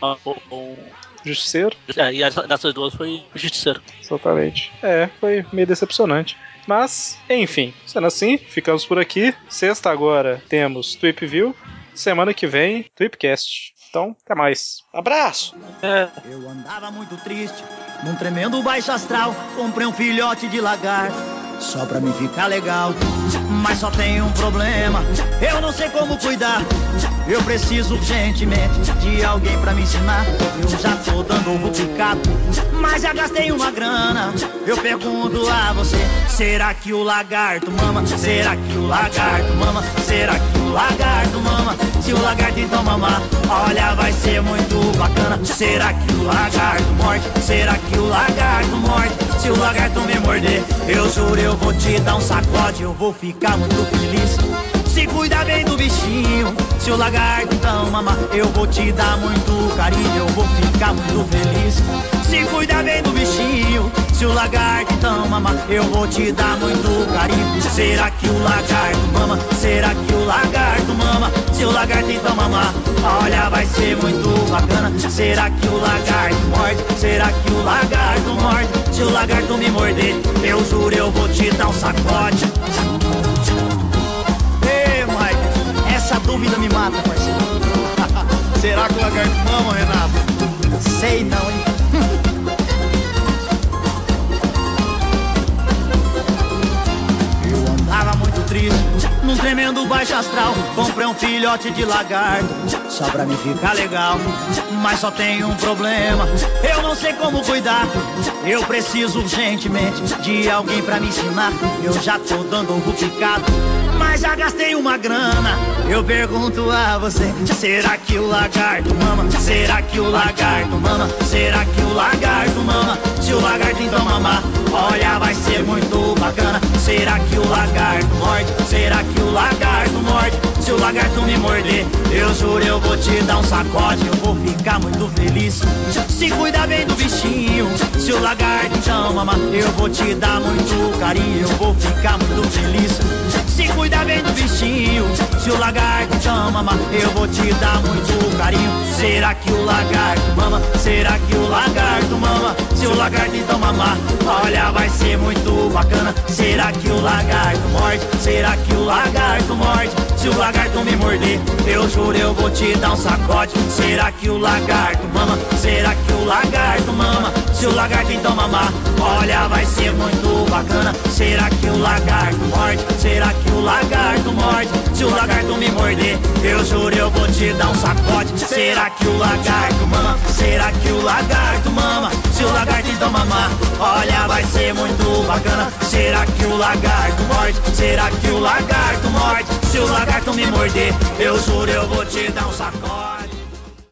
Speaker 2: um.
Speaker 1: Justiceiro,
Speaker 2: É, e essa- dessas duas foi o Justiceiro.
Speaker 1: exatamente. É, foi meio decepcionante. Mas, enfim, sendo assim, ficamos por aqui. Sexta agora temos Tweep View. Semana que vem, Tweepcast. Então, até mais.
Speaker 3: Abraço!
Speaker 2: É,
Speaker 4: Eu andava muito triste, num tremendo baixo astral. Comprei um filhote de lagarto, só pra me ficar legal. Mas só tem um problema, eu não sei como cuidar. Eu preciso urgentemente de alguém pra me ensinar. Eu já tô dando um picado, mas já gastei uma grana. Eu pergunto a você: será que o lagarto mama? Será que o lagarto mama? Será que o lagarto mama? Se o lagarto então mamar, olha, vai ser muito bacana. Será que o lagarto morde? Será que o lagarto morde? Se o lagarto me morder, eu juro, eu vou te dar um sacode, eu vou ficar muito feliz. Se cuida bem do bichinho, se o lagarto então mamar, eu vou te dar muito carinho, eu vou ficar muito feliz. Se cuida bem do bichinho, se o lagarto então mamar, eu vou te dar muito carinho. Será que o lagarto mama? Será que o lagarto mama? Se o lagarto então mamar, olha, vai ser muito bacana. Será que o lagarto morde? Será que o lagarto morde? Se o lagarto me morder, eu juro, eu vou te dar um sacode. Ei, Mike, essa dúvida me mata, parceiro. Será que o lagarto mama, Renato? Sei não, hein? Eu andava muito triste, num tremendo baixo astral. Comprei um filhote de lagarto, só pra me ficar legal. Mas só tem um problema, eu não sei como cuidar. Eu preciso urgentemente de alguém pra me ensinar. Eu já tô dando um picado, mas já gastei uma grana. Eu pergunto a você: será que o lagarto mama? Será que o lagarto mama? Será que o lagarto mama? se o lagarto então mamar. Olha, vai ser muito bacana. Será que o lagarto morde? Será que o lagarto morde? Se o lagarto me morder, eu juro eu vou te dar um sacode. Eu vou ficar muito feliz. Se cuidar bem do bichinho, se o lagarto então mamar, eu vou te dar muito carinho. Eu vou ficar muito feliz. Se cuidar bem do bichinho, se o lagarto então mamar, eu vou te dar muito carinho. Será que o lagarto mama? Será que o lagarto mama? Se o lagarto então mamar, olha, vai ser muito bacana. Será que o lagarto morde? Será que o lagarto morde? Se o lagarto me morder, eu juro eu vou te dar um sacode. Será que o lagarto mama? Será que o lagarto mama? Se o lagarto então mamar, olha, vai ser muito bacana. Será que o lagarto morde? Será que o lagarto morde? Se o lagarto me morder, eu juro eu vou te dar um sacode. Será que o lagarto mama? Será que o lagarto mama? Se o lagarto então mamar, olha, vai ser muito bacana. Será que o lagarto morde? Será que o lagarto morde? Se o lagarto me morder, eu juro eu vou te dar um sacode.